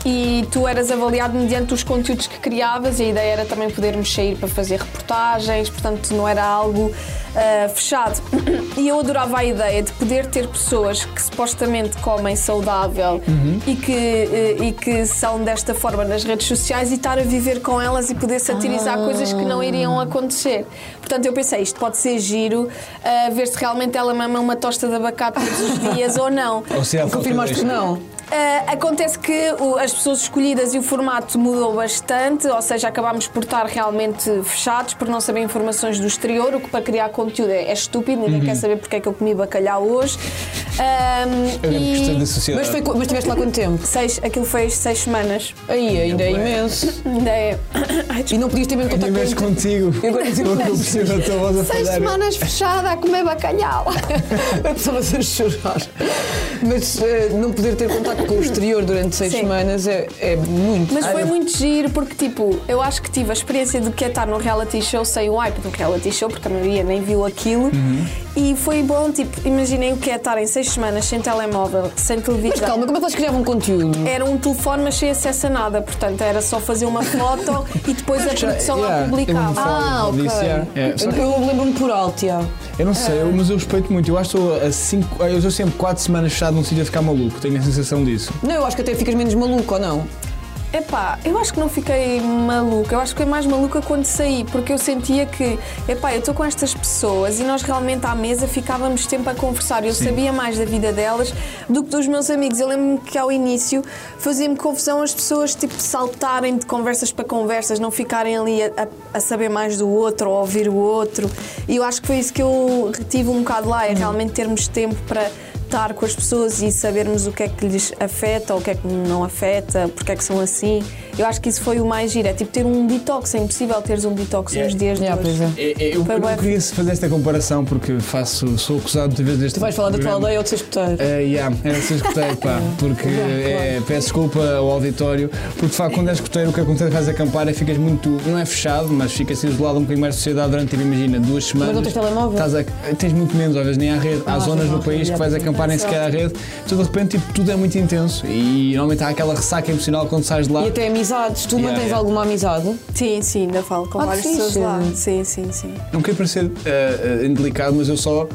[SPEAKER 3] E tu eras avaliado mediante os conteúdos que criavas e a ideia era também podermos sair para fazer reportagens, portanto não era algo ah, fechado. E eu adorava a ideia de poder ter pessoas que supostamente comem saudável e, que, eh, e que são desta forma nas redes sociais e estar a viver com elas e poder satirizar coisas que não iriam acontecer. Portanto, eu pensei, isto pode ser giro, ah, ver se realmente ela mama uma tosta de abacate todos os dias ou não.
[SPEAKER 1] Ou se é a
[SPEAKER 2] Confirmaste que
[SPEAKER 1] falta deste.
[SPEAKER 2] não.
[SPEAKER 3] Ah, acontece que o- as pessoas escolhidas e o formato mudou bastante, ou seja, acabámos por estar realmente fechados por não saber informações do exterior, o que para criar conteúdo é, é estúpido, ninguém
[SPEAKER 1] Uhum.
[SPEAKER 3] quer saber porque é que eu comi bacalhau hoje. Ahm,
[SPEAKER 1] Eu lembro que gostei
[SPEAKER 3] e
[SPEAKER 1] da sociedade.
[SPEAKER 2] Mas, foi, co- mas estiveste lá quanto tempo?
[SPEAKER 3] seis, aquilo foi seis semanas.
[SPEAKER 2] Aí, ainda é imenso.
[SPEAKER 3] Ainda é-
[SPEAKER 2] E não podias ter mesmo
[SPEAKER 1] Ainda
[SPEAKER 2] contacto
[SPEAKER 1] mexe
[SPEAKER 2] com
[SPEAKER 1] contigo.
[SPEAKER 2] Eu agora digo-
[SPEAKER 1] Nunca percebo a tua voz a
[SPEAKER 3] Seis
[SPEAKER 1] falhar.
[SPEAKER 3] semanas fechada a comer bacalhau.
[SPEAKER 2] Eu estava a chorar. Mas eh, não poder ter contato contacto com o exterior durante seis
[SPEAKER 3] Sim.
[SPEAKER 2] semanas é, é muito.
[SPEAKER 3] Mas
[SPEAKER 2] Ah,
[SPEAKER 3] foi
[SPEAKER 2] eu-
[SPEAKER 3] muito giro porque, tipo, eu acho que tive a experiência do que é estar num reality show sem o hype do reality show, porque a maioria nem viu aquilo. E foi bom, tipo, imaginei o que é estar em seis semanas sem telemóvel, sem
[SPEAKER 2] Mas
[SPEAKER 3] televisão.
[SPEAKER 2] calma, como é que vocês criavam conteúdo?
[SPEAKER 3] Era um telefone, mas sem acesso a nada, portanto era só fazer uma foto e depois a produção lá
[SPEAKER 1] Yeah, tem um
[SPEAKER 3] publicava.
[SPEAKER 1] fórum
[SPEAKER 2] Ah,
[SPEAKER 1] disso,
[SPEAKER 2] ok.
[SPEAKER 1] yeah. É, só
[SPEAKER 2] Eu,
[SPEAKER 1] que-
[SPEAKER 2] eu lembro-me por alto, Tiago.
[SPEAKER 1] Eu não sei, eu- mas eu respeito muito. Eu acho que estou a cinco, eu estou sempre 4 semanas fechado num sítio a ficar maluco. Tenho a sensação disso.
[SPEAKER 2] Não, eu acho que até ficas menos maluco, ou não?
[SPEAKER 3] Epá, eu acho que não fiquei maluca, eu acho que fiquei mais maluca quando saí, porque eu sentia que, epá, eu estou com estas pessoas e nós realmente à mesa ficávamos tempo a conversar. Eu sabia mais da vida delas do que dos meus amigos. Eu lembro-me que ao início fazia-me confusão as pessoas tipo saltarem de conversas para conversas, não ficarem ali a, a- a saber mais do outro ou a ouvir o outro. E eu acho que foi isso que eu retive um bocado lá, é realmente termos tempo para estar com as pessoas e sabermos o que é que lhes afeta ou o que é que não afeta, porque é que são assim. Eu acho que isso foi o mais giro. É tipo ter um detox, é impossível teres um detox
[SPEAKER 1] Yeah.
[SPEAKER 3] nos dias
[SPEAKER 2] Yeah,
[SPEAKER 3] de hoje.
[SPEAKER 2] pois é.
[SPEAKER 1] É, é, Eu,
[SPEAKER 3] Foi
[SPEAKER 1] eu não
[SPEAKER 3] bué.
[SPEAKER 1] queria fazer esta comparação porque faço, sou acusado muitas vezes deste.
[SPEAKER 2] Tu vais falar da tua aldeia ou do seu escuteiro?
[SPEAKER 1] É, yeah, era ser escoteiro, pá, porque é, peço desculpa ao auditório, porque de facto quando és escoteiro o que acontece faz acampar é ficas muito, não é fechado, mas ficas isolado um bocadinho mais da sociedade durante, tipo, imagina, duas semanas.
[SPEAKER 2] não tens telemóvel?
[SPEAKER 1] Estás a- eh, tens muito menos, às vezes nem à rede. Há
[SPEAKER 2] Ah,
[SPEAKER 1] zonas
[SPEAKER 2] não,
[SPEAKER 1] no país
[SPEAKER 2] já
[SPEAKER 1] que vais
[SPEAKER 2] tem
[SPEAKER 1] acampar nem sequer à rede, então de repente tipo, tudo é muito intenso e normalmente há aquela ressaca emocional quando sais de lá.
[SPEAKER 2] E até amizades, tu
[SPEAKER 1] Yeah,
[SPEAKER 2] mantens
[SPEAKER 1] yeah.
[SPEAKER 2] alguma amizade?
[SPEAKER 3] Sim, sim, ainda falo com
[SPEAKER 2] Ah, que
[SPEAKER 3] várias
[SPEAKER 2] fixe.
[SPEAKER 3] pessoas lá. Sim, sim, sim.
[SPEAKER 1] Não quero parecer eh, eh, indelicado, mas eu só.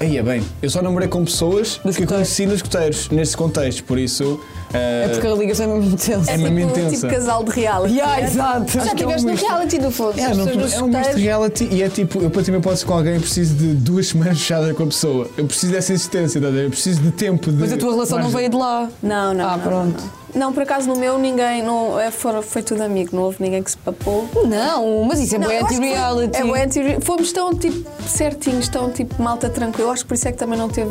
[SPEAKER 1] Aí é bem, eu só namorei com pessoas
[SPEAKER 2] Dos
[SPEAKER 1] que
[SPEAKER 2] escoteiros.
[SPEAKER 1] conheci nos escoteiros, neste contexto, por isso. eh,
[SPEAKER 2] É porque a ligação é mesmo intensa.
[SPEAKER 1] É uma
[SPEAKER 3] tipo,
[SPEAKER 1] intensa.
[SPEAKER 3] tipo casal de reality.
[SPEAKER 2] Yeah, exato.
[SPEAKER 1] Acho
[SPEAKER 4] Já
[SPEAKER 1] que é um
[SPEAKER 4] estiveste no
[SPEAKER 1] misto.
[SPEAKER 4] reality do fundo.
[SPEAKER 1] É,
[SPEAKER 4] As
[SPEAKER 1] não,
[SPEAKER 4] pessoas dos
[SPEAKER 1] é um misto de
[SPEAKER 4] escuteiros.
[SPEAKER 1] reality e é tipo, eu para ter uma hipótese com alguém eu preciso de duas semanas fechada com a pessoa. Eu preciso dessa insistência, estás a ver? eu preciso de tempo de.
[SPEAKER 2] Mas a tua relação não
[SPEAKER 1] margem.
[SPEAKER 2] veio de lá.
[SPEAKER 3] Não, não.
[SPEAKER 2] Ah,
[SPEAKER 3] não,
[SPEAKER 2] pronto.
[SPEAKER 3] Não. Não, por acaso no meu ninguém, não, é, foram- foi tudo amigo, não houve ninguém que se papou.
[SPEAKER 2] Não, mas isso é
[SPEAKER 3] Não,
[SPEAKER 2] bué
[SPEAKER 3] eu acho que foi-
[SPEAKER 2] anti-reality.
[SPEAKER 3] É bué anti-reality. Fomos tão tipo certinhos, tão tipo malta tranquila. Eu acho que por isso é que também não teve.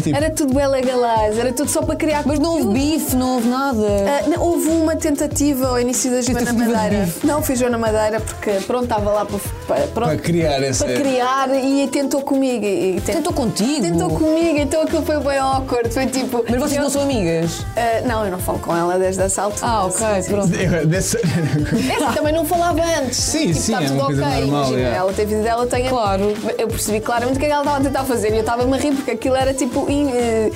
[SPEAKER 1] tipo-
[SPEAKER 3] Era tudo bem legalize, era tudo só para criar.
[SPEAKER 2] Mas não houve
[SPEAKER 3] conteúdo.
[SPEAKER 2] bife, não houve nada.
[SPEAKER 3] Ah, não, houve uma tentativa ao início da Joana
[SPEAKER 2] Tentativa de
[SPEAKER 3] Madeira.
[SPEAKER 2] bife.
[SPEAKER 3] Não, foi Joana Madeira porque pronto, estava lá para, para,
[SPEAKER 1] Para
[SPEAKER 3] pronto,
[SPEAKER 1] criar essa.
[SPEAKER 3] para criar e tentou comigo. E, e
[SPEAKER 2] Tentou contigo.
[SPEAKER 3] tentou comigo, então aquilo foi bem awkward. Foi tipo.
[SPEAKER 2] Mas vocês
[SPEAKER 3] eu-
[SPEAKER 2] não são amigas?
[SPEAKER 3] Ah, não, eu não falo com ela desde essa altura.
[SPEAKER 2] Ah, ok,
[SPEAKER 3] Sim,
[SPEAKER 2] pronto.
[SPEAKER 1] É, dessa-
[SPEAKER 3] sim. Essa também não falava antes.
[SPEAKER 1] Sim,
[SPEAKER 3] tipo,
[SPEAKER 1] sim,
[SPEAKER 3] está
[SPEAKER 1] é
[SPEAKER 3] tudo
[SPEAKER 1] uma coisa
[SPEAKER 3] ok.
[SPEAKER 1] normal,
[SPEAKER 3] Imagina,
[SPEAKER 1] yeah.
[SPEAKER 3] ela tem vida dela, tem a
[SPEAKER 2] Claro.
[SPEAKER 3] eu percebi claramente o que é que ela estava a tentar fazer e eu estava-me a rir porque aquilo era tipo. in- eh,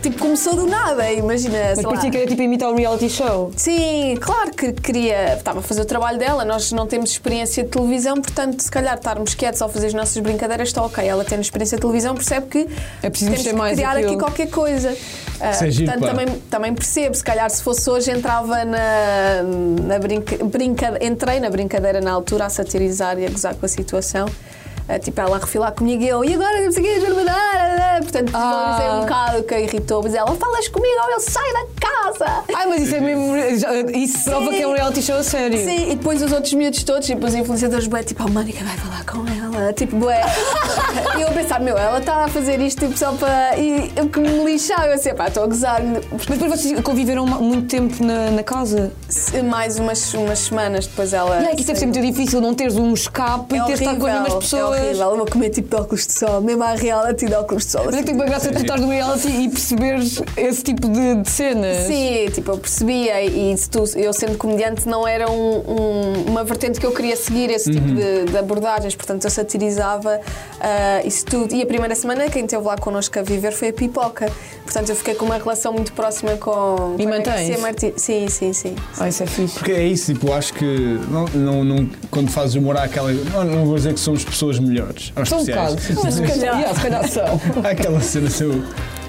[SPEAKER 3] tipo, começou do nada, imagina. sei
[SPEAKER 2] Mas
[SPEAKER 3] lá.
[SPEAKER 2] parecia que era tipo imitar um reality show.
[SPEAKER 3] Sim, claro que queria. Estava a fazer o trabalho dela, nós não temos experiência de televisão, portanto, se calhar estarmos quietos ao fazer as nossas brincadeiras está ok. Ela tendo experiência de televisão percebe que
[SPEAKER 2] É preciso
[SPEAKER 3] temos
[SPEAKER 2] mexer
[SPEAKER 3] que
[SPEAKER 2] mais
[SPEAKER 3] criar
[SPEAKER 2] aquilo.
[SPEAKER 3] aqui qualquer coisa. Ah,
[SPEAKER 1] Isso é giro,
[SPEAKER 3] portanto,
[SPEAKER 1] pá.
[SPEAKER 3] também, também percebo. Se calhar se fosse hoje entrava na, na brinca, brinca- entrei na brincadeira na altura a satirizar e a gozar com a situação. Ah, tipo, ela a refilar comigo e eu, e agora não sei o que, Portanto, desvalorizei
[SPEAKER 2] Ah.
[SPEAKER 3] um bocado, que a irritou, mas ela, falas comigo ou eu saio da casa.
[SPEAKER 2] Ai, mas isso é mesmo. Isso prova que é um reality show a sério.
[SPEAKER 3] Sim, e depois os outros miúdos todos, tipo, os influenciadores, bué, tipo, a Mónica vai falar com ela, tipo, bué. e eu a pensar, meu, ela está a fazer isto, tipo, só para... E eu que me lixava, eu assim, pá, estou a gozar.
[SPEAKER 2] Mas depois vocês conviveram ma- muito tempo na, na casa.
[SPEAKER 3] Se- Mais umas, umas semanas depois ela...
[SPEAKER 2] E é que isso deve ser muito difícil não teres um escape e
[SPEAKER 3] Ah, É
[SPEAKER 2] teres de estar com as
[SPEAKER 3] horrível,
[SPEAKER 2] mesmas pessoas.
[SPEAKER 3] É horrível, eu vou comer tipo de óculos de sol, mesmo à real, eu tive óculos de sol.
[SPEAKER 2] Mas é que tem uma graça tu estás no reality e perceberes esse tipo de, de cenas.
[SPEAKER 3] Sim, tipo, eu percebia e se tu- eu sendo comediante não era um- um- uma vertente que eu queria seguir esse
[SPEAKER 1] Uhum.
[SPEAKER 3] tipo de, de abordagens, portanto eu satirizava ah, isso tudo. E a primeira semana quem esteve lá connosco a viver foi a Pipoca, portanto eu fiquei com uma relação muito próxima com...
[SPEAKER 2] E
[SPEAKER 3] com a
[SPEAKER 2] mantens?
[SPEAKER 3] Garcia Martins. Sim, sim, sim.
[SPEAKER 2] Ah, isso é fixe.
[SPEAKER 1] Porque é isso, tipo, eu acho que não, não, não- quando fazes humor há aquela. Não, não vou dizer que somos pessoas melhores, ou
[SPEAKER 2] São um
[SPEAKER 1] especiais.
[SPEAKER 2] bocado. Mas se calhar, yeah, se calhar são.
[SPEAKER 1] Há aquela cena seu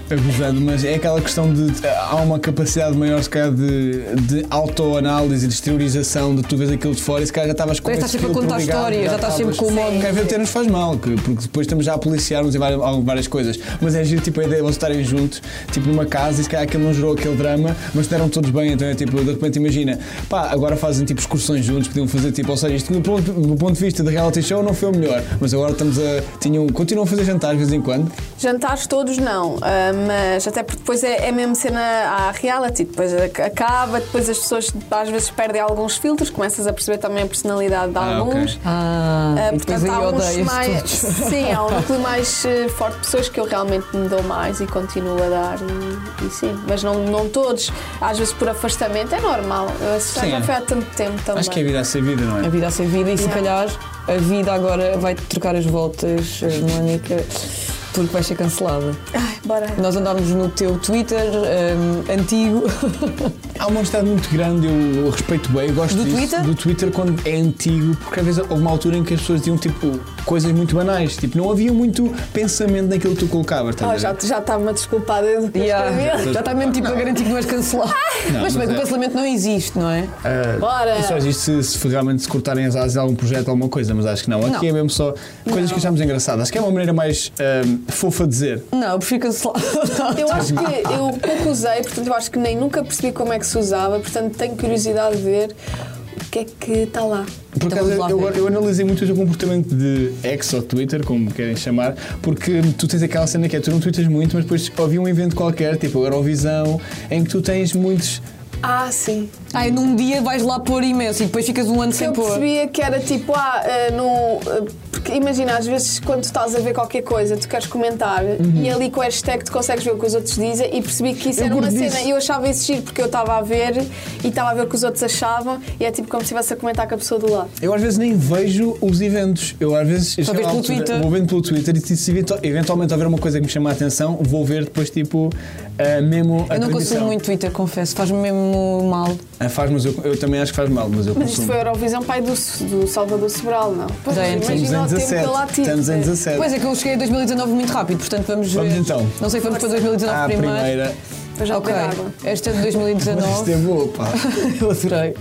[SPEAKER 1] abusando, mas é aquela questão de de- há uma capacidade maior se calhar de, de autoanálise, de exteriorização, de tu vês aquilo de fora e se calhar já estavas com
[SPEAKER 2] Pois,
[SPEAKER 1] esse
[SPEAKER 2] estás sempre a
[SPEAKER 1] filtro
[SPEAKER 2] contar
[SPEAKER 1] ligado,
[SPEAKER 2] histórias, já estás sempre com o modo-
[SPEAKER 1] Quer ver até nos faz mal, que- porque depois estamos já a policiar-nos em várias, há várias coisas. Mas é giro, tipo, a ideia de vocês estarem juntos, tipo, numa casa e se calhar aquilo não gerou aquele drama, mas deram todos bem, então é tipo, de repente imagina, pá, agora fazem tipo excursões juntos, podiam fazer tipo, ou seja, isto do ponto, do ponto de vista de reality show não foi o melhor, mas agora estamos a. Tinham, continuam a fazer jantares de vez em quando.
[SPEAKER 3] Jantares todos não, ah, mas até porque depois é, é mesmo cena à reality, depois ac- acaba, depois as pessoas às vezes perdem alguns filtros, começas a perceber também a personalidade de
[SPEAKER 1] Ah,
[SPEAKER 3] alguns.
[SPEAKER 1] ok.
[SPEAKER 2] Ah,
[SPEAKER 3] Ah,
[SPEAKER 2] e depois
[SPEAKER 3] portanto,
[SPEAKER 2] aí
[SPEAKER 3] há uns
[SPEAKER 2] odeias
[SPEAKER 3] mais.
[SPEAKER 2] todos.
[SPEAKER 3] Sim, há um núcleo mais eh, forte de pessoas que eu realmente me dou mais e continuo a dar, e, e sim. Mas não, não todos. Às vezes por afastamento é normal. Eu acho que
[SPEAKER 1] Sim, é.
[SPEAKER 3] já foi há tanto tempo também.
[SPEAKER 1] Acho que é vida a ser vida, não
[SPEAKER 2] A
[SPEAKER 1] é?
[SPEAKER 2] vida a ser vida e se
[SPEAKER 3] Yeah.
[SPEAKER 2] calhar a vida agora vai te trocar as voltas, eh, Mónica, porque vais ser cancelada.
[SPEAKER 3] Ai, bora.
[SPEAKER 2] Nós andámos no teu Twitter ehm, antigo.
[SPEAKER 1] Há uma honestidade muito grande, eu respeito bem, eu gosto
[SPEAKER 2] Do
[SPEAKER 1] disso.
[SPEAKER 2] Twitter?
[SPEAKER 1] Do Twitter quando é antigo, porque às vezes houve uma altura em que as pessoas diziam tipo coisas muito banais, tipo, não havia muito pensamento naquilo que tu colocavas, estás
[SPEAKER 3] Oh,
[SPEAKER 1] a ver?
[SPEAKER 3] já já estava-me a desculpar desde que eu escrevi.
[SPEAKER 2] Já está mesmo tipo a garantir que não és cancelado.
[SPEAKER 1] Não, mas
[SPEAKER 2] mas bem, que
[SPEAKER 1] é-
[SPEAKER 2] o cancelamento não existe, não é?
[SPEAKER 1] Ah,
[SPEAKER 3] Bora.
[SPEAKER 1] isso Só existe se, se realmente se cortarem as asas de algum projeto, alguma coisa, mas acho que não. Aqui
[SPEAKER 2] Não.
[SPEAKER 1] é mesmo só coisas que achamos engraçadas. Acho que é uma maneira mais ahm, fofa de dizer.
[SPEAKER 2] Não, eu prefiro cancelado.
[SPEAKER 3] Eu acho que eu pouco usei, portanto eu acho que nem nunca percebi como é que se usava, portanto tenho curiosidade de ver o que é que está lá.
[SPEAKER 1] Por
[SPEAKER 2] Então
[SPEAKER 1] acaso,
[SPEAKER 2] vamos lá
[SPEAKER 1] eu,
[SPEAKER 2] ver.
[SPEAKER 1] eu analisei muito o teu comportamento de ex ou Twitter, como querem chamar, porque tu tens aquela cena que é tu não twitas muito, mas depois havia um evento qualquer, tipo a Eurovisão, em que tu tens muitos.
[SPEAKER 3] Ah, sim.
[SPEAKER 2] Ai, num dia vais lá pôr imenso e depois ficas um ano sem
[SPEAKER 3] Eu
[SPEAKER 2] pôr.
[SPEAKER 3] percebia que era tipo, ah, ah, não. ah, Porque imagina, às vezes quando tu estás a ver qualquer coisa, tu queres comentar e ali com o hashtag tu consegues ver o que os outros dizem e percebi que isso
[SPEAKER 1] Uhum. Eu
[SPEAKER 3] era uma
[SPEAKER 1] curto
[SPEAKER 3] cena.
[SPEAKER 1] disso.
[SPEAKER 3] E eu achava isso giro porque eu estava a ver e estava a ver o que os outros achavam e é tipo como se estivesse a comentar com a pessoa do lado.
[SPEAKER 1] Eu às vezes nem vejo os eventos. Eu às vezes. eu
[SPEAKER 2] Só
[SPEAKER 1] chego
[SPEAKER 2] vês
[SPEAKER 1] à
[SPEAKER 2] pelo
[SPEAKER 1] altura,
[SPEAKER 2] Twitter.
[SPEAKER 1] Vou vendo pelo Twitter e se- se eventu- eventualmente houver uma coisa que me chama a atenção, vou ver depois, tipo, ah, mesmo a
[SPEAKER 2] Eu não
[SPEAKER 1] transmissão.
[SPEAKER 2] consumo muito Twitter, confesso. Faz-me mesmo mal.
[SPEAKER 1] Ah, faz, mas eu, eu também acho que faz mal, mas eu
[SPEAKER 3] Mas isto
[SPEAKER 1] consumo.
[SPEAKER 3] foi a Eurovisão pai do, do Salvador Sobral, não? Pois,
[SPEAKER 2] Bem,
[SPEAKER 1] Estamos em
[SPEAKER 3] imagina o tempo que
[SPEAKER 1] 17.
[SPEAKER 3] eu lá tipo, eh, tive.
[SPEAKER 1] Estamos em 17.
[SPEAKER 2] Pois é que eu cheguei a 2019 muito rápido, portanto vamos ver.
[SPEAKER 1] Vamos então.
[SPEAKER 2] é, Não sei, vamos para 2019
[SPEAKER 1] Ah, a
[SPEAKER 2] primeiro.
[SPEAKER 1] primeira.
[SPEAKER 3] Eu já
[SPEAKER 2] Ok,
[SPEAKER 3] bebi água.
[SPEAKER 2] esta é de
[SPEAKER 1] Mas
[SPEAKER 2] 2019.
[SPEAKER 1] isto é boa, pá.
[SPEAKER 2] Eu adorei.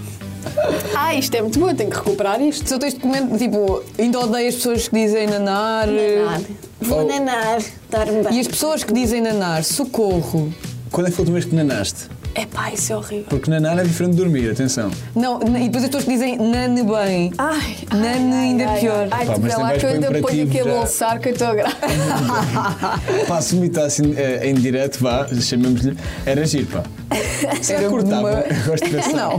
[SPEAKER 3] Ah, isto é muito bom, eu tenho que recuperar isto.
[SPEAKER 2] Só tens de comentar, tipo, ainda odeio as pessoas que dizem nanar.
[SPEAKER 3] Eh,
[SPEAKER 2] eh,
[SPEAKER 3] Vou nanar, dar-me
[SPEAKER 2] E
[SPEAKER 3] bem.
[SPEAKER 2] as pessoas que dizem nanar, socorro.
[SPEAKER 1] Quando é que foi a última vez que nanaste?
[SPEAKER 3] É pá, isso é horrível.
[SPEAKER 1] Porque nanar é diferente de dormir, atenção.
[SPEAKER 2] Não, e depois as pessoas que dizem nane bem.
[SPEAKER 3] Ai,
[SPEAKER 2] Não, ainda pior.
[SPEAKER 3] Ai,
[SPEAKER 1] Pá, mas
[SPEAKER 3] tu vê
[SPEAKER 1] tem
[SPEAKER 3] lá
[SPEAKER 1] mais
[SPEAKER 3] que eu ainda ponho
[SPEAKER 1] comparativo
[SPEAKER 3] aqui a
[SPEAKER 1] já.
[SPEAKER 3] bolsar que eu estou a gravar.
[SPEAKER 1] Pá, se me assim eh, em direto, vá, chamemos-lhe. Era giro, pá. Era cortava.
[SPEAKER 2] uma-
[SPEAKER 1] Eu gosto de pensar.
[SPEAKER 2] É Não.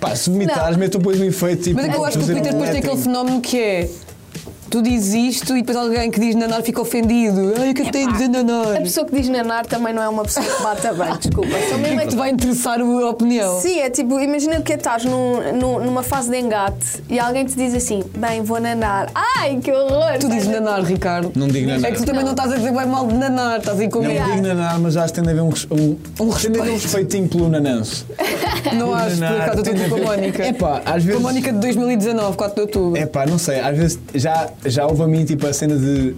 [SPEAKER 1] Pá, se vomitares, mete depois um efeito tipo.
[SPEAKER 2] Mas é que eu acho que o
[SPEAKER 1] fazer
[SPEAKER 2] Twitter
[SPEAKER 1] um
[SPEAKER 2] depois tem
[SPEAKER 1] letting.
[SPEAKER 2] aquele fenómeno que é. Tu dizes isto e depois alguém que diz nanar fica ofendido. Ai, o que é que tem a dizer
[SPEAKER 3] A
[SPEAKER 2] nanar?
[SPEAKER 3] pessoa que diz nanar também não é uma pessoa que bata bem, desculpa. Só mesmo é
[SPEAKER 2] Te vai interessar a opinião.
[SPEAKER 3] Sim, é tipo, imagina que estás num- num- numa fase de engate e alguém te diz assim, bem, vou nanar. Ai, que horror!
[SPEAKER 2] Tu dizes
[SPEAKER 3] Estás a-
[SPEAKER 2] nanar, Ricardo.
[SPEAKER 1] Não digo
[SPEAKER 2] É que
[SPEAKER 1] nanar.
[SPEAKER 2] tu também não estás a dizer bem mal de nanar, estás aí com
[SPEAKER 1] Não
[SPEAKER 2] medo.
[SPEAKER 1] digo nanar, mas acho que tem de haver um, res- um,
[SPEAKER 2] Um
[SPEAKER 1] tem de haver um
[SPEAKER 2] respeito.
[SPEAKER 1] respeitinho pelo nananço.
[SPEAKER 2] Não acho, por
[SPEAKER 1] Nanar,
[SPEAKER 2] acaso eu estou
[SPEAKER 1] tem
[SPEAKER 2] aqui
[SPEAKER 1] de
[SPEAKER 2] com a
[SPEAKER 1] haver-
[SPEAKER 2] Mónica.
[SPEAKER 1] Epá, às
[SPEAKER 2] Com a
[SPEAKER 1] vezes-
[SPEAKER 2] Mónica de 2019, 4 de outubro.
[SPEAKER 1] É pá, não sei, às vezes já, já houve a mim tipo a cena de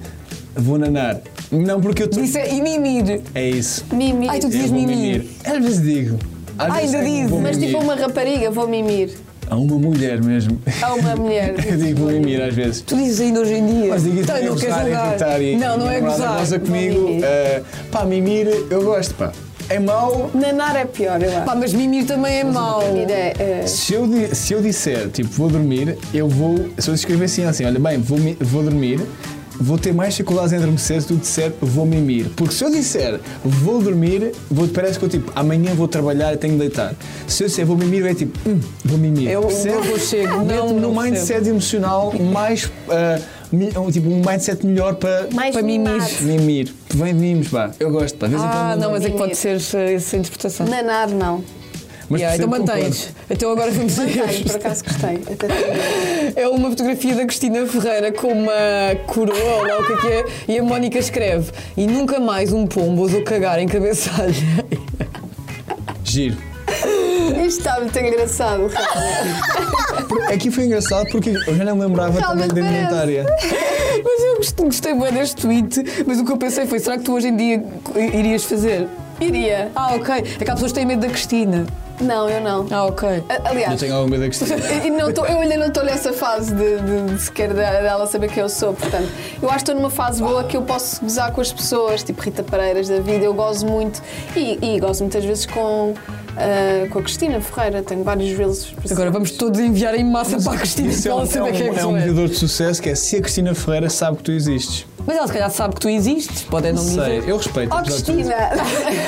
[SPEAKER 1] vou nanar. Não porque eu estou.
[SPEAKER 2] Disse é imimir.
[SPEAKER 1] É isso.
[SPEAKER 3] Mimir.
[SPEAKER 2] Ai, tu dizes
[SPEAKER 1] Eu vou
[SPEAKER 2] mimir.
[SPEAKER 1] Às vezes digo. Às
[SPEAKER 2] Ah,
[SPEAKER 1] vezes
[SPEAKER 2] ainda
[SPEAKER 1] digo,
[SPEAKER 2] dizes.
[SPEAKER 1] vou
[SPEAKER 3] Mas tipo
[SPEAKER 1] mimir.
[SPEAKER 3] uma rapariga, vou mimir.
[SPEAKER 1] A uma mulher mesmo.
[SPEAKER 3] A uma mulher.
[SPEAKER 1] Eu digo vou mimir às vezes.
[SPEAKER 2] Tu dizes ainda hoje em dia.
[SPEAKER 1] Mas digo isso
[SPEAKER 2] Então,
[SPEAKER 1] é
[SPEAKER 2] não queres
[SPEAKER 1] gozar, é
[SPEAKER 2] julgar.
[SPEAKER 1] irritar e
[SPEAKER 2] Não, não é gozar.
[SPEAKER 1] goza comigo.
[SPEAKER 3] mimir.
[SPEAKER 1] eh, pá, mimir, eu gosto, pá. É mau.
[SPEAKER 3] Nanar é pior, eu acho.
[SPEAKER 2] Pá, mas mimir também é mau.
[SPEAKER 3] Mimir é, é-
[SPEAKER 1] Se eu, di- se eu disser, tipo, vou dormir, eu vou. Se eu escrever assim, assim, olha, bem, vou, mi- vou dormir, vou ter mais dificuldades em adormecer se tu disser, vou mimir. Porque se eu disser, vou dormir, vou, parece que eu, tipo, amanhã vou trabalhar e tenho de deitar. Se eu disser, vou mimir, é tipo, hum, vou mimir.
[SPEAKER 2] Eu
[SPEAKER 1] Percebe?
[SPEAKER 2] não consigo, não,
[SPEAKER 1] Mete-me
[SPEAKER 2] não
[SPEAKER 1] num mindset emocional mais. ah, mi- um, tipo, um mindset melhor para.
[SPEAKER 3] Mais
[SPEAKER 2] Para mimir.
[SPEAKER 3] mimado.
[SPEAKER 1] Mimir, vem de mimos, pá. Eu gosto, pá. De vez em
[SPEAKER 2] Ah,
[SPEAKER 1] quando
[SPEAKER 2] não, mas é que pode
[SPEAKER 3] Mimir.
[SPEAKER 2] ser eh, sem interpretação.
[SPEAKER 3] Nanar não.
[SPEAKER 1] Mas
[SPEAKER 2] Yeah, então
[SPEAKER 1] percebo,
[SPEAKER 2] mantens. Então agora vamos
[SPEAKER 3] Ai, por
[SPEAKER 2] ver.
[SPEAKER 3] acaso gostei. Até tenho.
[SPEAKER 2] É uma fotografia da Cristina Ferreira com uma coroa, ou lá o que é que é, e a Mónica escreve: E nunca mais um pombo ousou cagar em cabeçalho.
[SPEAKER 1] concordo. Giro.
[SPEAKER 3] Isto está muito engraçado, realmente.
[SPEAKER 1] Aqui foi engraçado porque eu já não lembrava também
[SPEAKER 3] Realmente
[SPEAKER 1] da
[SPEAKER 3] parece.
[SPEAKER 1] minha
[SPEAKER 2] Mas eu gost- gostei bem deste tweet, mas o que eu pensei foi: será que tu hoje em dia irias fazer?
[SPEAKER 3] Iria.
[SPEAKER 2] Ah, ok. Aquelas pessoas têm medo da Cristina.
[SPEAKER 3] Não, eu não.
[SPEAKER 2] Ah, ok.
[SPEAKER 3] A-
[SPEAKER 1] Eu
[SPEAKER 3] Aliás,
[SPEAKER 1] tenho alguma coisa que Cristina.
[SPEAKER 3] E não tô- eu ainda não estou nessa fase de, de- de sequer de- dela saber quem eu sou, portanto. Eu acho que estou numa fase boa que eu posso gozar com as pessoas, tipo Rita Pareiras da vida, eu gozo muito e, e gozo muitas vezes com, ah, com a Cristina Ferreira, tenho vários reels. para
[SPEAKER 2] Agora vamos todos enviar em massa para a Cristina
[SPEAKER 1] Isso
[SPEAKER 2] para
[SPEAKER 1] é um,
[SPEAKER 2] ela saber quem é que
[SPEAKER 1] é
[SPEAKER 2] tu
[SPEAKER 1] um
[SPEAKER 2] és.
[SPEAKER 1] medidor de sucesso que é se a Cristina Ferreira sabe que tu existes.
[SPEAKER 2] Mas ela se calhar sabe que tu existes, pode é não
[SPEAKER 1] sei,
[SPEAKER 2] dizer.
[SPEAKER 1] eu respeito.
[SPEAKER 3] Oh,
[SPEAKER 1] apesar de tudo.
[SPEAKER 3] Cristina!